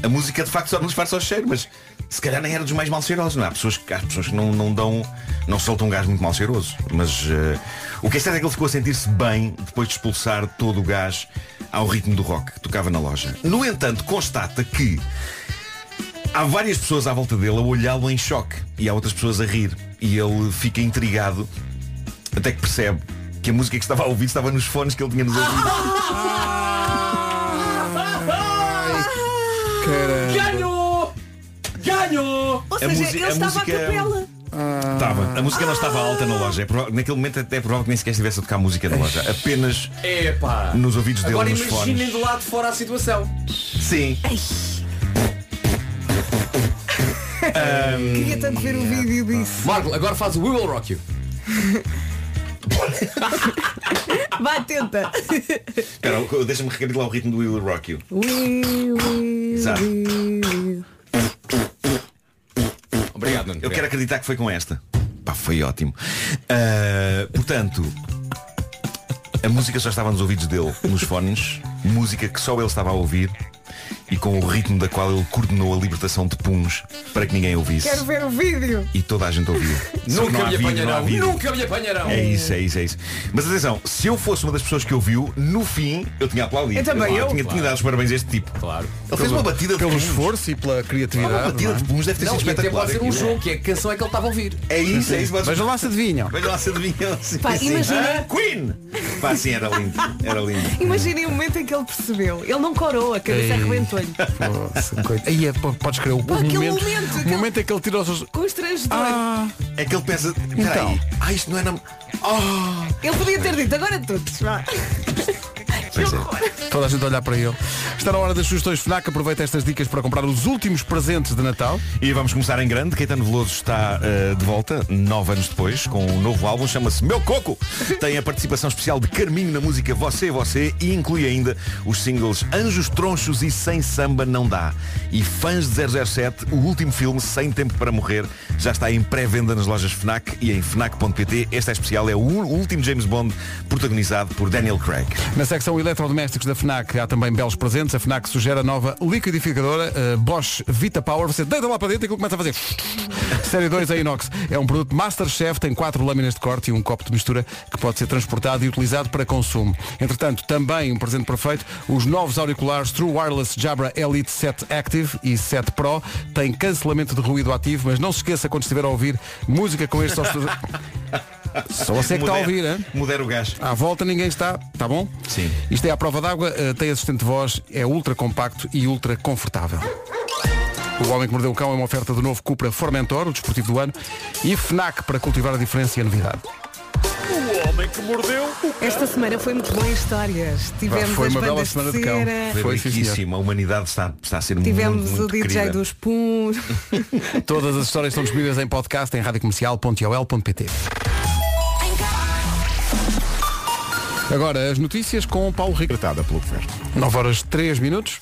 A música de facto só nos faz só cheiro, mas se calhar nem era dos mais mal cheirosos, não é? Há pessoas que, há pessoas que não, não dão, não soltam gás muito mal cheiroso. Mas eh, o que é certo é que ele ficou a sentir-se bem depois de expulsar todo o gás ao ritmo do rock que tocava na loja. No entanto, constata que Há várias pessoas à volta dele a olhá-lo em choque e há outras pessoas a rir. E ele fica intrigado até que percebe que a música que estava a ouvir estava nos fones que ele tinha nos ouvidos. Ganhou! Ganhou! Ou a seja, música- ele a estava música- é à capela. Estava. A música não estava alta na loja. É prova- Naquele momento até é provável que nem sequer estivesse a tocar música na loja. Apenas Epá! nos ouvidos dele, Agora nos imaginem fones. do lado de fora a situação. Sim. Queria tanto ver o Hum. vídeo disso. Marco, agora faz o We Will Rock You. Vá, tenta. Espera, deixa-me recapitular o ritmo do Will Rock You. Ui, ui, Exato. ui. Obrigado, Nuno. Eu quero acreditar que foi com esta. Pá, foi ótimo. Ah, portanto, a música só estava nos ouvidos dele, nos fones, música que só ele estava a ouvir e com o ritmo da qual ele coordenou a libertação de puns para que ninguém ouvisse. Quero ver o vídeo. E toda a gente ouviu. Só que Nunca não há me vídeo, não há apanharão. vídeo. Nunca me apanharão. É isso, é isso, é isso. Mas atenção, se eu fosse uma das pessoas que ouviu, no fim eu tinha aplaudido. Eu também, eu. tinha, tinha dado os parabéns a este tipo. Claro. Ele fez uma batida de Pelo puns. esforço e pela Uma criatividade. é? batida de puns deve ter Não, sido e até espetacular. pode ser um aquilo. jogo, que é que canção é que ele estava a ouvir. É isso, é isso. não é? mas- Veja lá se adivinham. Veja lá se adivinham. Sim, Pá, sim. imagina- Ah, Queen! Pá, sim, era lindo. Era lindo. Imaginem o momento em que ele percebeu. Ele não corou, a Ei. cabeça arrebentou-lhe. Nossa, coitado. Aí é, pô, podes crer, o aquele momento, momento, o aquele- momento é que ele tirou os... Constrangedor. Ah, É que ele pensa. Peraí. Então. Ah, isto não é nam... Oh! Ele podia ter dito, agora todos. Vá. Pois é. toda a gente a olhar para ele. Está na hora das sugestões FNAC. Aproveita estas dicas para comprar os últimos presentes de Natal. E vamos começar em grande. Caetano Veloso está eh, de volta, nove anos depois, com um novo álbum, chama-se Meu Coco. Tem a participação especial de Carminho na música Você, Você e inclui ainda os singles Anjos Tronchos e Sem Samba Não Dá. E fãs de 007, o último filme, Sem Tempo para Morrer, já está em pré-venda nas lojas FNAC e em FNAC.pt. Este é especial, é o ú- último James Bond protagonizado por Daniel Craig. Na secção eletrodomésticos da FNAC há também belos presentes. A FNAC sugere a nova liquidificadora eh, Bosch Vita Power. Você deita lá para dentro e aquilo começa a fazer. Série 2 a inox. É um produto Masterchef, tem quatro lâminas de corte e um copo de mistura que pode ser transportado e utilizado para consumo. Entretanto, também um presente perfeito, os novos auriculares True Wireless Jabra Elite 7 Active e 7 Pro têm cancelamento de ruído ativo, mas não se esqueça quando estiver a ouvir música com estes... auriculares- Só Então você é que está a Mudar- ouvir, hein? Mudar o gás. À volta ninguém está, tá bom? Sim. Isto é à prova d'água, eh, tem assistente de voz, é ultra compacto e ultra confortável. O Homem que Mordeu o Cão é uma oferta do novo Cupra Formentor, o desportivo do ano, e FNAC para cultivar a diferença e a novidade. Esta semana foi muito boa em histórias. Tivemos foi as uma bela bandas semana de cão. cera. Foi, Foi, sim, senhor. riquíssimo. A humanidade está, está a ser muito, Tivemos muito o DJ querida. dos Puns. Todas as histórias estão disponíveis em podcast em radiocomercial.ol.pt Agora as notícias com o Paulo Rico. Tratada pelo governo. 9 horas 3 minutos.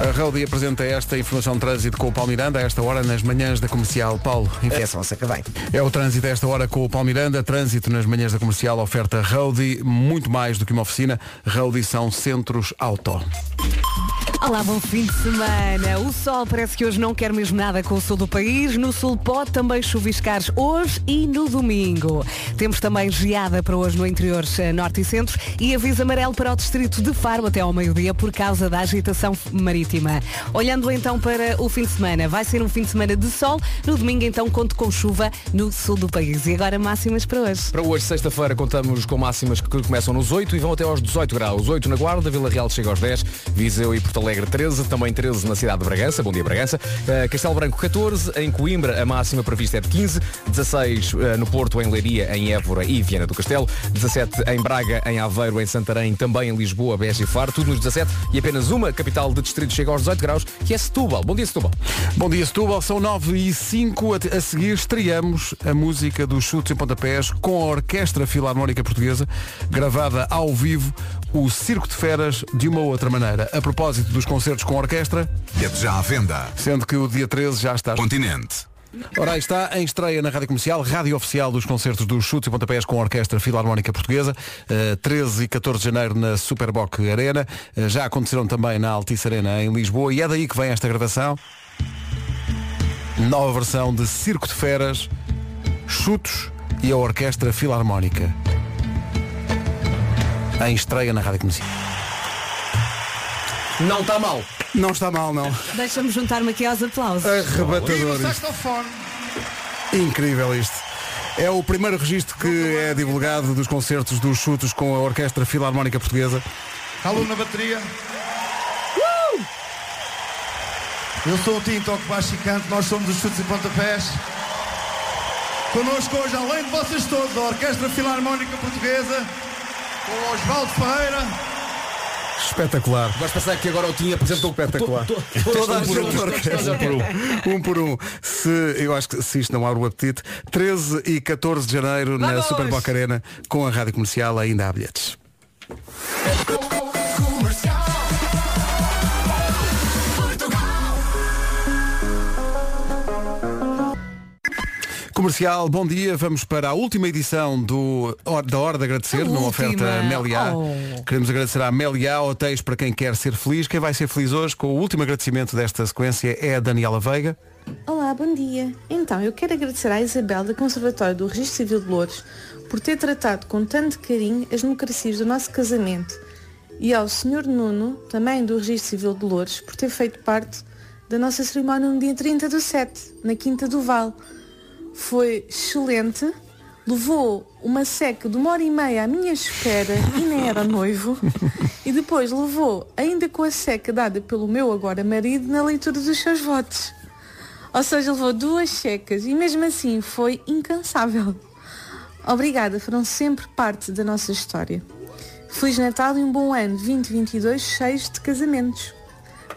A Raudi apresenta esta informação de trânsito com o Paulo Miranda a esta hora nas manhãs da comercial. Paulo, É só se acabei. é o trânsito a esta hora com o Paulo Miranda. Trânsito nas manhãs da comercial oferta Raudi muito mais do que uma oficina. Raudi são centros auto. Olá, bom fim de semana. O sol parece que hoje não quer mesmo nada com o sul do país. No sul pode também chuviscar hoje e no domingo. Temos também geada para hoje no interior eh, norte e centro e aviso amarelo para o distrito de Faro até ao meio-dia por causa da agitação f- marítima. Olhando então para o fim de semana, vai ser um fim de semana de sol. No domingo então conto com chuva no sul do país. E agora máximas para hoje. Para hoje, sexta-feira, contamos com máximas que começam nos 8 e vão até aos 18 graus. 8 na Guarda, Vila Real chega aos 10, Viseu e Porto Alegre Alegre 13, também 13 na cidade de Bragança, bom dia Bragança, Eh, Castelo Branco 14, em Coimbra a máxima prevista é de 15, 16 eh, no Porto, em Leiria, em Évora e Viana do Castelo, 17 em Braga, em Aveiro, em Santarém, também em Lisboa, Beja e Faro, tudo nos 17 e apenas uma capital de distrito chega aos 18 graus, que é Setúbal. Bom dia Setúbal. Bom dia, Setúbal. São 9 e 5. A a seguir estreamos a música dos Chutes e Pontapés com a Orquestra Filarmónica Portuguesa, gravada ao vivo, o Circo de Feras de uma outra maneira. A propósito dos concertos com orquestra, Bilhetes já à venda. sendo que o dia 13 já está. Continente. Ora, aí está em estreia na Rádio Comercial, rádio oficial dos concertos dos Chutes e Pontapés com a Orquestra Filarmónica Portuguesa, eh, 13 e 14 de janeiro na Superboc Arena. Eh, já aconteceram também na Altice Arena em Lisboa e é daí que vem esta gravação. Nova versão de Circo de Feras, Chutos e a Orquestra Filarmónica. Em estreia na Rádio Comercial. Não está mal. Não está mal, não. Deixa-me juntar-me aqui aos aplausos. Arrebatador. isto. Incrível isto. É o primeiro registro que é divulgado dos concertos dos chutos com a Orquestra Filarmónica Portuguesa. Alô na bateria. Eu sou o Tim, toco baixo e canto, nós somos os chutes e pontapés. Connosco hoje, além de vocês todos, a Orquestra Filarmónica Portuguesa, com o Osvaldo Ferreira. Espetacular. Gosto de pensar que agora eu tinha apresentou Espetacular. to- to- to- Toda a todas gente as orquestra, um por um. Um por um. Se, eu acho que se isto não abre o apetite, 13 e 14 de janeiro na Vamos! Super Boca Arena com a Rádio Comercial ainda há bilhetes. Comercial, bom dia. Vamos para a última edição do Hor- da Hora de Agradecer, A numa última. oferta Meliá. Oh. Queremos agradecer à Meliá, hotéis para quem quer ser feliz. Quem vai ser feliz hoje, com o último agradecimento desta sequência, é a Daniela Veiga. Olá, bom dia. Então, eu quero agradecer à Isabel do Conservatório do Registro Civil de Loures por ter tratado com tanto carinho as democracias do nosso casamento e ao Sr. Nuno, também do Registro Civil de Loures, por ter feito parte da nossa cerimónia no dia 30 do 7, na Quinta do Val. Foi excelente, levou uma seca de uma hora e meia à minha espera e nem era noivo, e depois levou, ainda com a seca dada pelo meu agora marido, na leitura dos seus votos. Ou seja, levou duas secas e mesmo assim foi incansável. Obrigada, foram sempre parte da nossa história. Feliz Natal e um bom ano 2022 cheios de casamentos.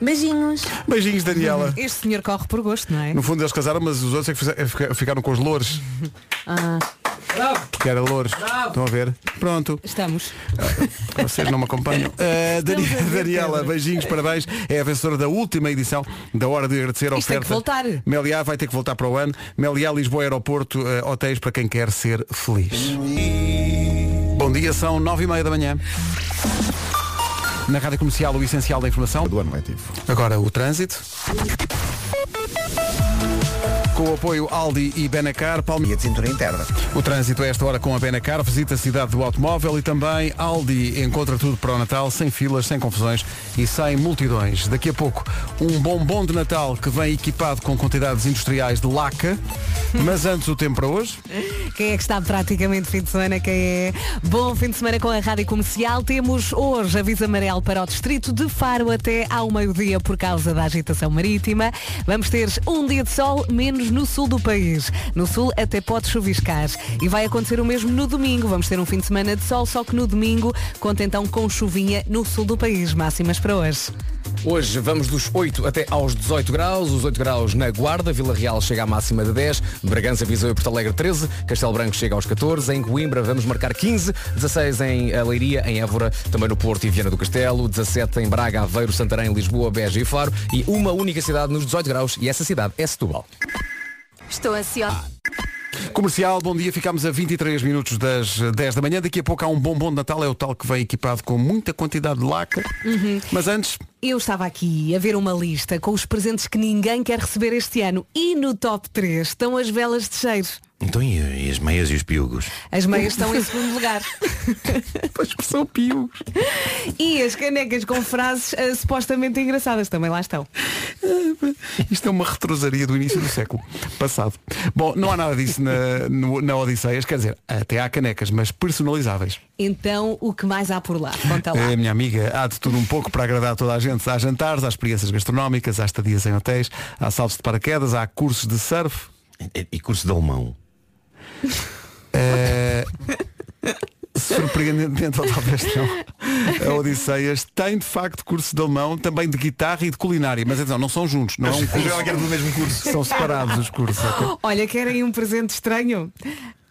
Beijinhos! Beijinhos, Daniela. Este senhor corre por gosto, não é? No fundo eles casaram, mas os outros é que fizer- é fica- ficaram com os louros. Ah. Que era louros. Estão a ver? Pronto, Estamos. vocês não me acompanham. Uh, Dani- Estamos a ver, Daniela, Pedro. beijinhos, parabéns. É a vencedora da última edição da Hora de Agradecer. Isto tem que voltar. Meliá vai ter que voltar para o ano. Meliá, Lisboa, Aeroporto, eh, hotéis para quem quer ser feliz. Bom dia, são nove e meia da manhã. Na Rádio Comercial, o essencial da informação. Do ano letivo. Agora o trânsito. Com o apoio Aldi e Benacar, Palme... E a de cintura interna. O trânsito a esta hora com a Benacar visita a cidade do automóvel e também Aldi encontra tudo para o Natal, sem filas, sem confusões e sem multidões. Daqui a pouco, um bombom de Natal que vem equipado com quantidades industriais de laca, mas antes o tempo para hoje. Quem é que está praticamente fim de semana? Quem é? Bom fim de semana com a Rádio Comercial. Temos hoje aviso amarelo para o distrito de Faro até ao meio-dia por causa da agitação marítima. Vamos ter um dia de sol, menos no sul do país. No sul até pode chuviscar. E vai acontecer o mesmo no domingo. Vamos ter um fim de semana de sol, só que no domingo conta então com chuvinha no sul do país. Máximas para hoje. Hoje vamos dos 8 até aos 18 graus, os 8 graus na Guarda, Vila Real chega à máxima de 10, Bragança, Viseu e Porto Alegre 13, Castelo Branco chega aos 14, em Coimbra vamos marcar 15, 16 em eh, Leiria, em Évora, também no Porto e Viana do Castelo, 17 em Braga, Aveiro, Santarém, Lisboa, Beja e Faro e uma única cidade nos 18 graus e essa cidade é Setúbal. Estou ansiosa. Comercial, bom dia. Ficámos a 23 minutos das eh, 10 da manhã. Daqui a pouco há um bombom de Natal, é o tal que vem equipado com muita quantidade de laca. Mas antes, Eu estava aqui a ver uma lista com os presentes que ninguém quer receber este ano e no top 3 estão as velas de cheiro. Então e, e as meias e os piugos? As meias estão em segundo lugar. pois que são pios. E as canecas com frases eh, supostamente engraçadas também lá estão. Isto é uma retrosaria do início do século passado. Bom, não há nada disso na, no- na Odisseias, quer dizer, até há canecas, mas personalizáveis. Então, o que mais há por lá? Conta Ah. lá. A minha amiga, há de tudo um pouco para agradar toda a gente. Há jantares, há experiências gastronómicas, há estadias em hotéis, há saltos de paraquedas, há cursos de surf. E, e curso de alemão. Eh, Surpreendentemente, ou talvez não. A Odisseias tem de facto curso de alemão, também de guitarra e de culinária, mas atenção, não são juntos, não é um curso. Ela quer do mesmo curso. São separados os cursos. ok? Olha, querem um presente estranho?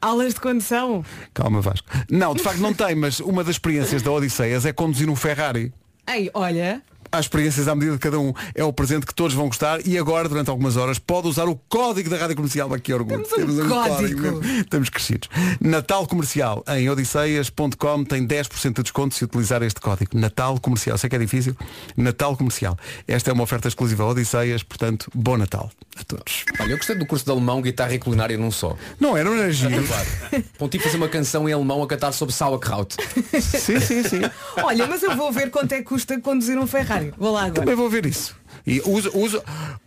Aulas de condução? Calma Vasco. Não, de facto não tem, mas uma das experiências da Odisseias é conduzir um Ferrari. Ei, olha. Há experiências à medida de cada um. É o presente que todos vão gostar e agora, durante algumas horas, pode usar o código da Rádio Comercial. Aqui orgulho. Temos um código. mesmo. Estamos crescidos. Natal Comercial em odisseias.com tem 10% de desconto se utilizar este código. Natal Comercial. Sei que é difícil. Natal Comercial. Esta é uma oferta exclusiva a Odisseias, portanto, bom Natal a todos. Olha, eu gostei do curso de alemão, guitarra e culinária num só. Não, era um Ah, É energia. claro. Tipo Pontinho fazer uma canção em alemão a cantar sobre sauerkraut. Sim, sim, sim. Olha, mas eu vou ver quanto é que custa conduzir um Ferrari. Vou lá agora. Também vou ver isso. E usa, usa,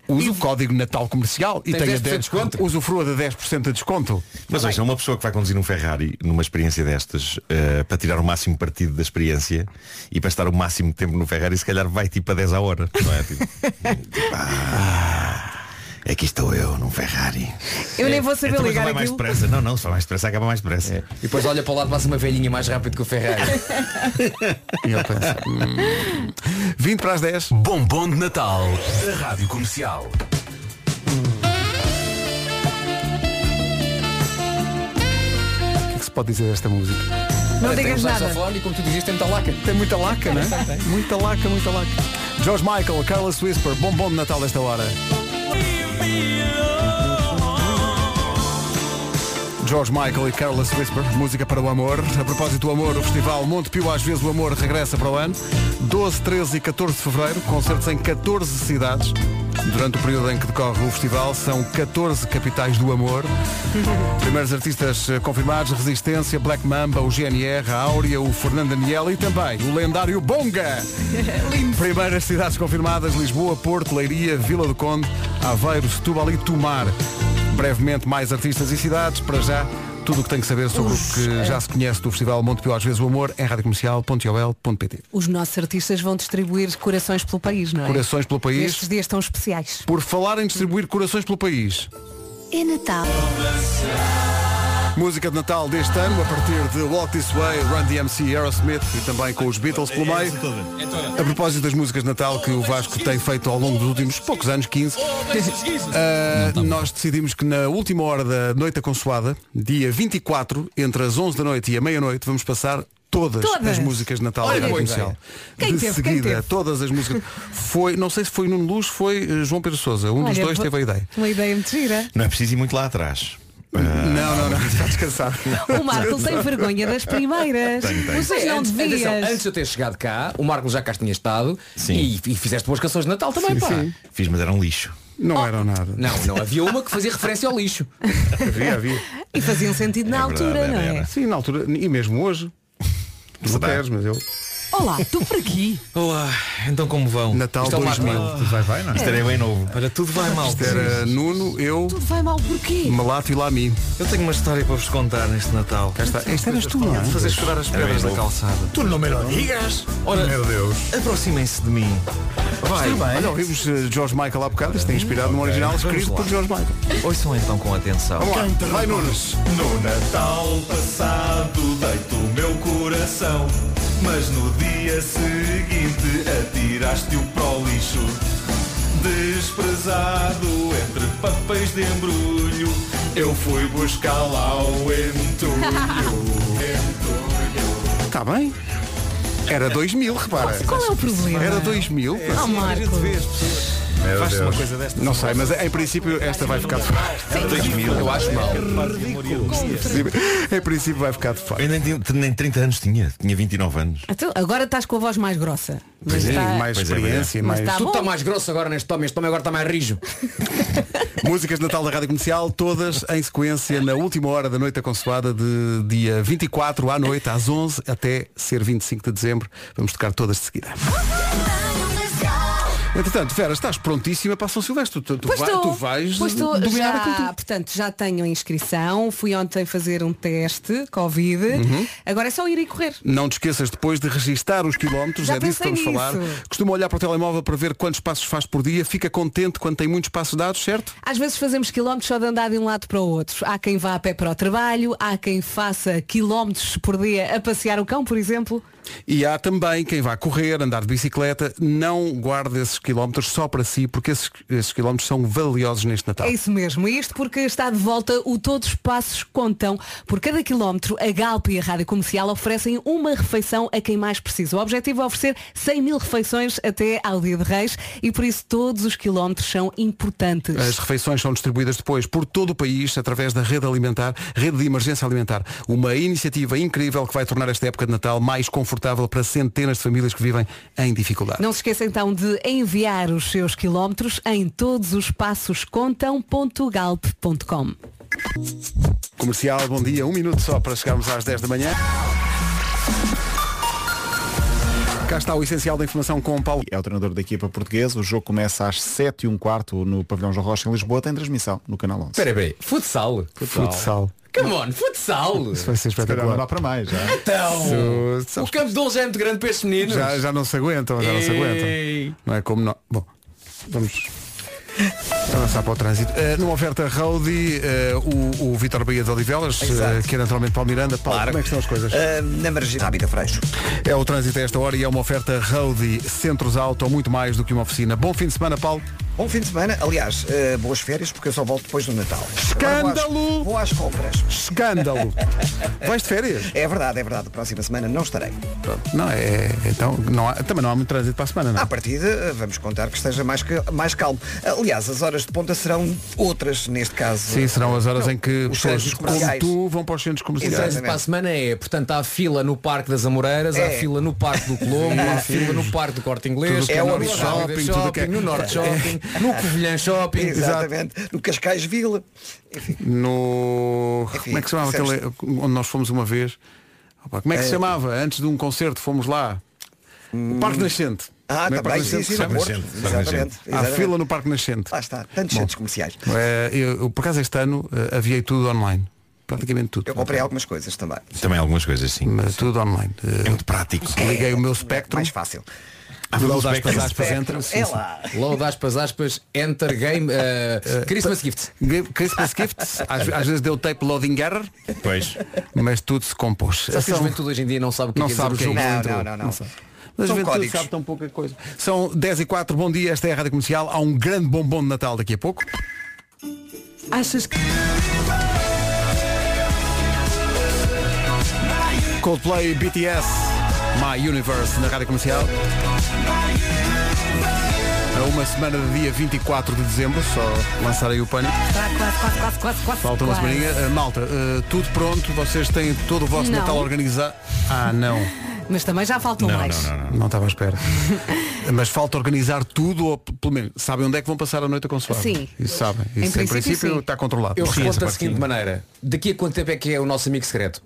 usa o código Natal Comercial e Tem tem 10% de desconto. usufrua de 10% de desconto. Tá Mas veja, uma pessoa que vai conduzir um Ferrari numa experiência destas, eh, para tirar o máximo partido da experiência e para estar o máximo de tempo no Ferrari, se calhar vai tipo a 10 a hora. Não é? Tipo, tipo, ah, aqui estou eu num Ferrari. Eu nem vou Então, saber mas é ligar não vai mais aquilo. depressa. Não, não, se vai mais depressa, acaba mais depressa. É. E depois olha para o lado, passa uma velhinha mais rápido que o Ferrari. E ele pensa, hum, 20 para as 10. Bombom de Natal da Rádio Comercial. O que é que se pode dizer desta música? Não Olha, Então, tem um digas nada. saxofone e como tu dizes, tem muita laca. né? Tem muita laca, não é? Muita laca, muita laca. George Michael, Carlos Whisper, bombom de Natal desta hora. George Michael e Carlos Whisper, música para o amor. A propósito do amor, o festival Monte Pio Às Vezes o Amor regressa para o ano. 12, 13 e 14 de fevereiro, concertos em 14 cidades. Durante o período em que decorre o festival, são 14 capitais do amor. Primeiros artistas eh, confirmados, Resistência, Black Mamba, o GNR, a Áurea, o Fernando Daniel e também o lendário Bonga. Primeiras cidades confirmadas, Lisboa, Porto, Leiria, Vila do Conde, Aveiro, Setúbal e Tomar. Brevemente mais artistas e cidades, para já tudo o que tem que saber sobre o que já se conhece do Festival Montepio às vezes o amor em radiocomercial.ol.pt Os nossos artistas vão distribuir corações pelo país, não é? Corações pelo país. Estes dias tão especiais. Por falar em distribuir corações pelo país. É Natal. Música de Natal deste ano, a partir de Walk This Way, Run DMC, Aerosmith e também com os Beatles pelo meio. A propósito das músicas de Natal que o Vasco tem feito ao longo dos últimos poucos anos, 15, ah, nós decidimos que na última hora da Noite Consoada, dia 24, entre as 11 da noite e a meia-noite, vamos passar todas, Todas. as músicas de Natal Olha, da Rádio boa comercial. Quem de teve? Quem seguida, teve? todas as músicas. Foi, não sei se foi Nuno Luz, foi eh, João Pedro Sousa. Um dos Olha, dois vou- teve a ideia. Uma ideia muito gira. Não é preciso ir muito lá atrás. não, não, não, está descansado. O Marco tem vergonha das primeiras. Tem, tem. Vocês não antes, atenção, devias. antes de eu ter chegado cá, o Marco já cá tinha estado Sim. e, e fizeste boas canções de Natal também, pá. Fiz, mas era um lixo. Não eram nada. Não, não, havia uma que fazia referência ao lixo. Havia, havia. E faziam um sentido na É verdade, altura, não era, é? era. Sim, na altura, e mesmo hoje. Tu não Será? queres, mas eu. Olá, tu por aqui. Olá, então como vão? Natal Isto é o Marco. 2000. Vai, vai, não? é? Isto era bem novo. Olha, tudo vai mal. é. Isto era Nuno, eu, Tudo vai mal porquê? Malato e Lami. Eu tenho uma história para vos contar neste Natal. Cá está. Isto eras tu, não é? De fazer chorar as pedras da novo. calçada. Tu não me lo digas. Ora, Meu Deus. Aproximem-se de mim. Vai. Olha, ouvimos eh, George Michael há bocado, isto é inspirado no original Vamos escrito lá. por George Michael. Ouçam então com atenção. Vamos lá, vai Nunes. No Natal passado deito o meu coração Mas no dia seguinte atiraste-o para o lixo Desprezado entre papéis de embrulho Eu fui buscar lá o entulho Está bem? Era 2000, repara. é Qual é o problema? Era 2000. Oh, Marco. Meu Faz-se Deus. uma coisa desta. Não sei, mas em princípio esta vai ficar de fora. Eu acho mal. Em princípio vai ficar de fora. Eu nem, tinha- nem 30 anos tinha, tinha 29 anos. Então, agora estás com a voz mais grossa. Pois é, está- mais Pois experiência, mais- mas está Tu bom. está mais grosso agora neste homem, este homem agora está mais rijo. Músicas de Natal da Rádio Comercial, todas em sequência na última hora da noite aconsoada de dia 24 à noite, às 11 até ser 25 de dezembro. Vamos tocar todas de seguida. um Entretanto, Vera, estás prontíssima para São Silvestre. Tu, tu, Pois vai- estou. tu vais Pois estou, dominar já, aquilo tudo. Portanto, já tenho a inscrição. Fui ontem fazer um teste Covid. Uhum. Agora é só ir e correr. Não te esqueças depois de registar os quilómetros, Já é disso que vamos pensei falar. nisso. Costuma olhar para o telemóvel para ver quantos passos faz por dia, fica contente quando tem muitos passos dados, certo? Às vezes fazemos quilómetros só de andar de um lado para o outro. Há quem vá a pé para o trabalho, há quem faça quilómetros por dia a passear o cão, por exemplo. E há também quem vai correr, andar de bicicleta, não guarda esses quilómetros só para si, porque esses, esses quilómetros são valiosos neste Natal. É isso mesmo, e isto porque está de volta o Todos os Passos Contam. Por cada quilómetro, a Galp e a Rádio Comercial oferecem uma refeição a quem mais precisa. O objetivo é oferecer 100 mil refeições até ao Dia de Reis e por isso todos os quilómetros são importantes. As refeições são distribuídas depois por todo o país através da rede alimentar, rede de emergência alimentar. Uma iniciativa incrível que vai tornar esta época de Natal mais confortável para centenas de famílias que vivem em dificuldade. Não se esqueça então de enviar os seus quilómetros em todos os passos contam.galp.com. Comercial, bom dia. Um minuto só para chegarmos às 10 da manhã. Cá está o essencial da informação com o Paulo. É o treinador da equipa portuguesa. O jogo começa às 7 e um quarto no Pavilhão João Rocha em Lisboa. Tem transmissão no canal 11. Espera aí, espera aí. Futsal. Futsal. Come on, futsal. Isso vai ser espetacular. não dá para mais, já. Então, Su- o campo de 11 é muito grande para estes meninos. Já, já não se aguentam, já não se Ei. aguentam. Não é como não. Bom, vamos avançar para o trânsito. Eh, numa oferta Rodi, o, o Vitor Bahia de Olivelas, eh, que é naturalmente Paulo Miranda. Paulo, como é que estão as coisas? Ah, na marginal Rábida Freixo. É o trânsito a esta hora e é uma oferta Rodi, centros auto, muito mais do que uma oficina. Bom fim de semana, Paulo. Bom fim de semana, aliás, eh, boas férias, porque eu só volto depois do Natal. Escândalo! Vou às, vou às compras. Escândalo! Vais de férias? É verdade, é verdade. Próxima semana não estarei. Não, é. Então, não há- também não há muito trânsito para a semana, não é? À partida, eh, vamos contar que esteja mais, ca- mais calmo. Aliás, as horas de ponta serão outras, neste caso. Sim, serão as horas em que então, Os pessoas trânsitos como comerciais. tu vão para os centros O comerciais. trânsito para a semana é, portanto, há fila no Parque das Amoreiras, há É. fila no Parque do Colombo, É. há fila no Parque do Corte Inglês, Tudo que é no Norte Shopping, tudo shopping, que é- no Norte Shopping, É. no Covilhã Shopping. Exatamente. No Cascais Vila. no. como é que se chamava sabes- aquele onde nós fomos uma vez? Opa, como é que se É. chamava? Antes de um concerto fomos lá. O Parque Nascente. Ah, Não é tá Parque bem, sim, Nascente, sim, no sabe? Porto. Exatamente, Há exatamente. fila no Parque Nascente. Lá está, tantos Bom. centros comerciais. Eh, eu, eu, por acaso este ano eh, aviei tudo online. Praticamente tudo. Eu comprei algumas coisas também. Também algumas coisas, sim. É Mas tudo online. Eh, muito prático. Liguei o meu Spectrum. Mais fácil. Load é, aspas, aspas, é, entra. Sim, sim. Load aspas, aspas, enter game, Eh, uh, Christmas gift. Christmas gifts, às, às vezes deu tape loading error, Pois. mas tudo se compôs. Sabe que a São- juventude hoje em dia não sabe o que Não é que é sabe dizer o o que é jogo que dentro. entrou. Não sabe. Mas São a juventude códigos. sabe tão pouca coisa. São 10 e 4, bom dia, esta é a Rádio Comercial. Há um grande bombom de Natal daqui a pouco. Achas que. Coldplay BTS, My Universe na Rádio Comercial. A uma semana de dia 24 de dezembro, só lançar aí o pânico. Quase, quase, quase, quase, quase. Falta uma quase. semaninha. Ah, malta, ah, tudo pronto, vocês têm todo o vosso Não. Natal organizado. Ah, não. Mas também já faltam mais. Não estava à espera. Mas falta organizar tudo, ou pelo menos sabem onde é que vão passar a noite a consoar. Sim. Isso sabem. Isso Em em princípio, princípio, sim. está controlado. Eu Sim, respondo essa da parte seguinte maneira. Daqui a quanto tempo é que é o nosso amigo secreto?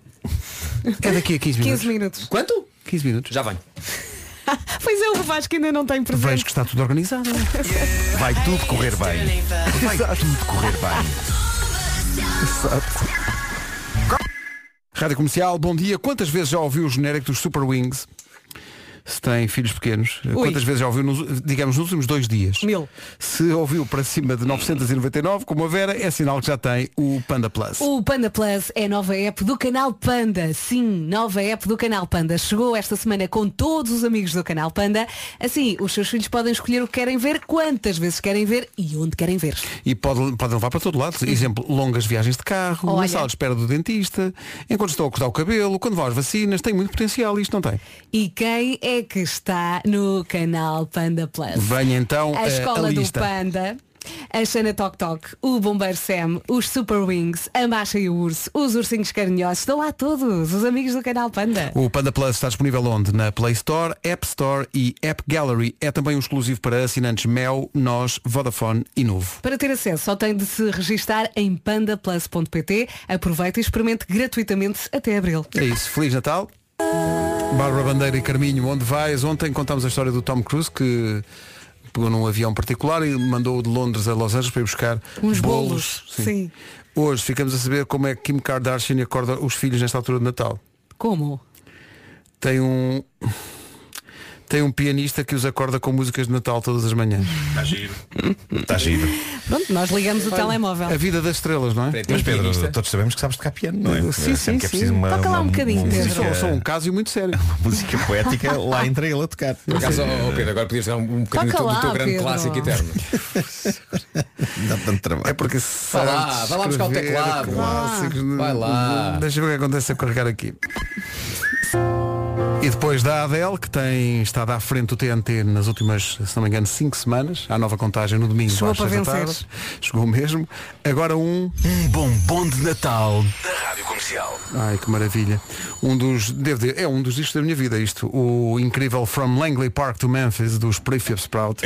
É daqui a 15 minutos. minutos. Quanto? 15 minutos. Já vem. pois é, o Vasco ainda não tem presente. Vejo que está tudo organizado. é? Vai tudo correr bem. Vai tudo correr bem. Exato. Rádio Comercial, bom dia. Quantas vezes já ouviu o genérico dos Super Wings? Se tem filhos pequenos, Ui. quantas vezes já ouviu, nos, digamos, nos últimos dois dias? Mil. Hum. Se ouviu para cima de 999, como a Vera, é sinal que já tem o Panda Plus. O Panda Plus é a nova app do canal Panda. Sim, nova app do canal Panda. Chegou esta semana com todos os amigos do canal Panda. Assim, os seus filhos podem escolher o que querem ver, quantas vezes querem ver e onde querem ver. E pode, pode levar para todo lado. Exemplo, longas viagens de carro, na Olha. sala de espera do dentista, enquanto estou a cortar o cabelo, quando vão às vacinas, tem muito potencial, isto não tem. E quem é é que está no canal Panda Plus. Venha então a eh, escola a do lista. Panda. A Xana Tok Tok, o Bombeiro Sam, os Super Wings, a Masha e o Urso, os Ursinhos Carinhosos, estão lá todos, os amigos do canal Panda. O Panda Plus está disponível onde? Na Play Store, App Store e App Gallery. É também um exclusivo para assinantes Mel, Nós, Vodafone e Novo. Para ter acesso, só tem de se registar em pandaplus.pt. Aproveite e experimente gratuitamente até abril. É isso. Feliz Natal. Bárbara Bandeira e Carminho, onde vais? Ontem contámos a história do Tom Cruise que pegou num avião particular e mandou-o de Londres a Los Angeles para ir buscar Uns bolos, sim. Hoje ficamos a saber como é que Kim Kardashian acorda os filhos nesta altura de Natal. Como? Tem um tem um pianista que os acorda com músicas de Natal todas as manhãs. Está giro. Está giro. Pronto, nós ligamos o telemóvel. A vida das estrelas, não é? um Mas Pedro, todos sabemos que sabes tocar piano, não é? Sim, sim, Sempre que é preciso sim. uma, Toca lá uma, um bocadinho, uma Pedro. música- Só- só um caso e muito sério. música poética, lá entra ele a tocar. Por acaso, oh, Pedro, agora podias dar um bocadinho Toca do, lá, teu grande Pedro. clássico eterno. Dá tanto trabalho. É porque Vá sabe lá, vá lá buscar o escrever teclado. clássicos. né? Vai lá. Deixa eu ver o que acontece se eu carregar aqui. E depois da Adele, que tem estado à frente do TNT nas últimas, se não me engano, cinco semanas, à nova contagem no domingo. Chegou às para seis da vencer. tarde. Chegou mesmo. Agora um. Um bombom de Natal da Rádio Comercial. Ai, que maravilha. Um dos, devo dizer, é um dos discos da minha vida isto. O incrível From Langley Park to Memphis, dos Prefab Sprout.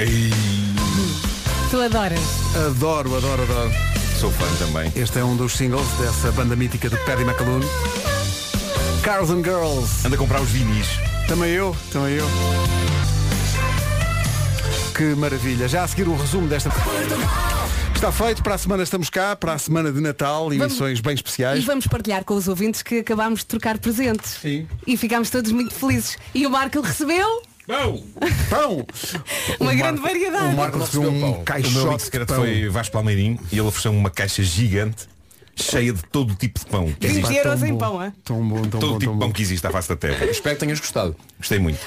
Tu adoras. Adoro, adoro, adoro. Sou fã também. Este é um dos singles dessa banda mítica de Paddy McAloon. Cars and Girls. Anda a comprar os vinis. Também eu, também eu. Que maravilha. Já a seguir o resumo desta. Está feito, para a semana estamos cá, para a semana de Natal, emissões bem E especiais. vamos partilhar com os ouvintes que acabámos de trocar presentes. Sim. E ficámos todos muito felizes. E o Marco recebeu? Pão! Pão! Uma O Marco- grande variedade. O Marco recebeu um caixote. O meu amigo secreto foi Vasco Palmeirinho e ele ofereceu uma caixa gigante cheia de todo o tipo de pão. que 20 existe. euros em pão, é? Tão É bom, tão todo o tipo de pão que existe à face da terra. Espero que tenhas gostado. Gostei muito.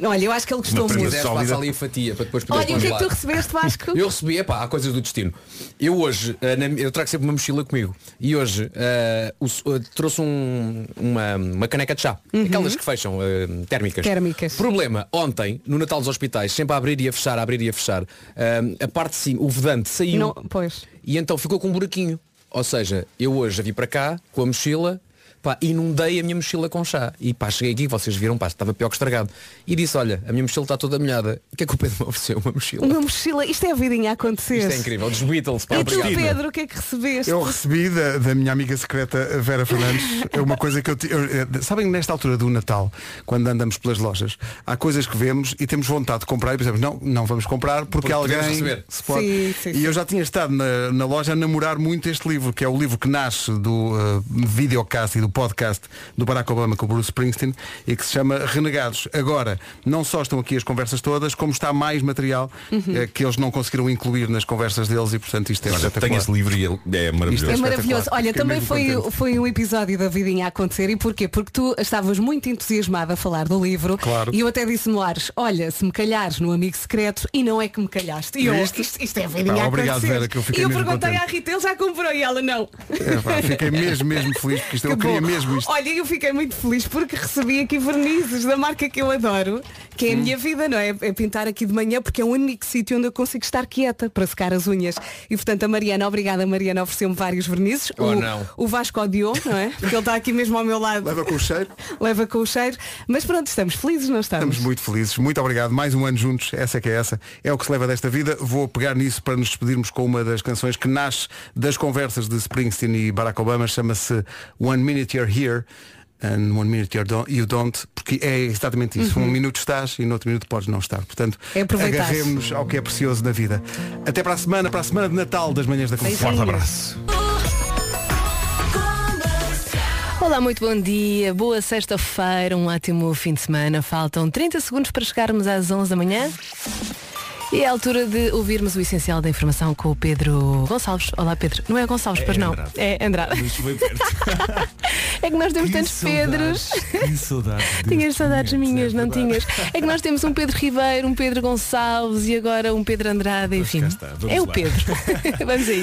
Olha, eu acho que ele gostou Uma prenda muito. Quiseres, passa ali a fatia para depois poderes Olha, o que é que congelar. tu recebeste, Vasco? Eu recebi, epá, há coisas do destino. Eu hoje, eh, na- eu trago sempre uma mochila comigo. E hoje eh, o s- eh, trouxe um- uma, uma caneca de chá. Uhum. Aquelas que fecham, eh, térmicas. Térmicas. Problema, ontem, no Natal dos Hospitais, sempre a abrir e a fechar, a abrir e a fechar, eh, a parte de cima, o vedante saiu Não, pois. e então ficou com um buraquinho. Ou seja, eu hoje vim para cá com a mochila, pá, inundei a minha mochila com chá. E pá, cheguei aqui, vocês viram, pá, estava pior que estragado. E disse, olha, a minha mochila está toda molhada. O que é que o Pedro me ofereceu? Uma mochila. Uma mochila, isto é a vidinha a acontecer. Isto é incrível, dos Beatles, pá, E tu, obrigado. Pedro, o que é que recebeste? Eu recebi da, da minha amiga secreta Vera Fernandes é uma coisa que eu, ti- eu, eh, sabem nesta altura do Natal quando andamos pelas lojas há coisas que vemos e temos vontade de comprar e pensamos não não vamos comprar porque, Porque alguém podemos receber. se pode. Sim, sim, e eu já tinha estado na, na loja a namorar muito este livro que é o livro que nasce do eh, videocast e do podcast do Barack Obama com o Bruce Springsteen e que se chama Renegados agora não só estão aqui as conversas todas como está mais material Uhum. eh, que eles não conseguiram incluir nas conversas deles e portanto isto é Olha, espetacular. tenho esse livro e ele é maravilhoso. É maravilhoso. Olha, Fiquei também mesmo foi, contente. foi um episódio da vidinha a acontecer. E porquê? Porque tu estavas muito entusiasmada a falar do livro. Claro. E eu até disse no Ares, olha, se me calhares no Amigo Secreto, e não é que me calhaste. E eu, Viste? isto, isto é a vidinha Pá, a obrigado, acontecer. Vera, que eu fiquei e eu mesmo perguntei contente. à Rita, ele já comprou e ela não. É, pá, fiquei mesmo, mesmo feliz porque isto, eu Que queria bom. mesmo isto. Olha, eu fiquei muito feliz porque recebi aqui vernizes da marca que eu adoro, que é a minha vida, não é? É pintar aqui de manhã porque é o único sítio onde eu consigo estar quieta para secar as unhas. E portanto a Mariana, obrigada a Mariana, ofereceu-me vários vernizes. Oh, o, não. o Vasco odiou, não é? Porque ele está aqui mesmo ao meu lado. Leva com o cheiro. Leva com o cheiro. Mas pronto, estamos felizes, não estamos? Estamos muito felizes, muito obrigado. Mais um ano juntos, essa é que é essa. É o que se leva desta vida. Vou pegar nisso para nos despedirmos com uma das canções que nasce das conversas de Springsteen e Barack Obama. Chama-se One Minute You're Here and One Minute You're Don- You Don't, porque é exatamente isso. Uhum. Um minuto estás e no outro minuto podes não estar. Portanto, É aproveitar. agarremos ao que é precioso na vida. Até para a semana, para a semana de Natal das manhãs da Comercial. Beijinhos. Olá, muito bom dia, boa sexta-feira, um ótimo fim de semana. Faltam 30 segundos para chegarmos às 11 da manhã. E é a altura de ouvirmos o essencial da informação com o Pedro Gonçalves. Olá, Pedro. Não é Gonçalves, É pois não. Andrade. É Andrade. Mas foi perto. É que nós temos tantos Pedros. Que saudades. Tinhas saudades minhas, não tinhas? É que nós temos um Pedro Ribeiro, um Pedro Gonçalves e agora um Pedro Andrade, enfim. vamos É o lá. Pedro. Vamos aí.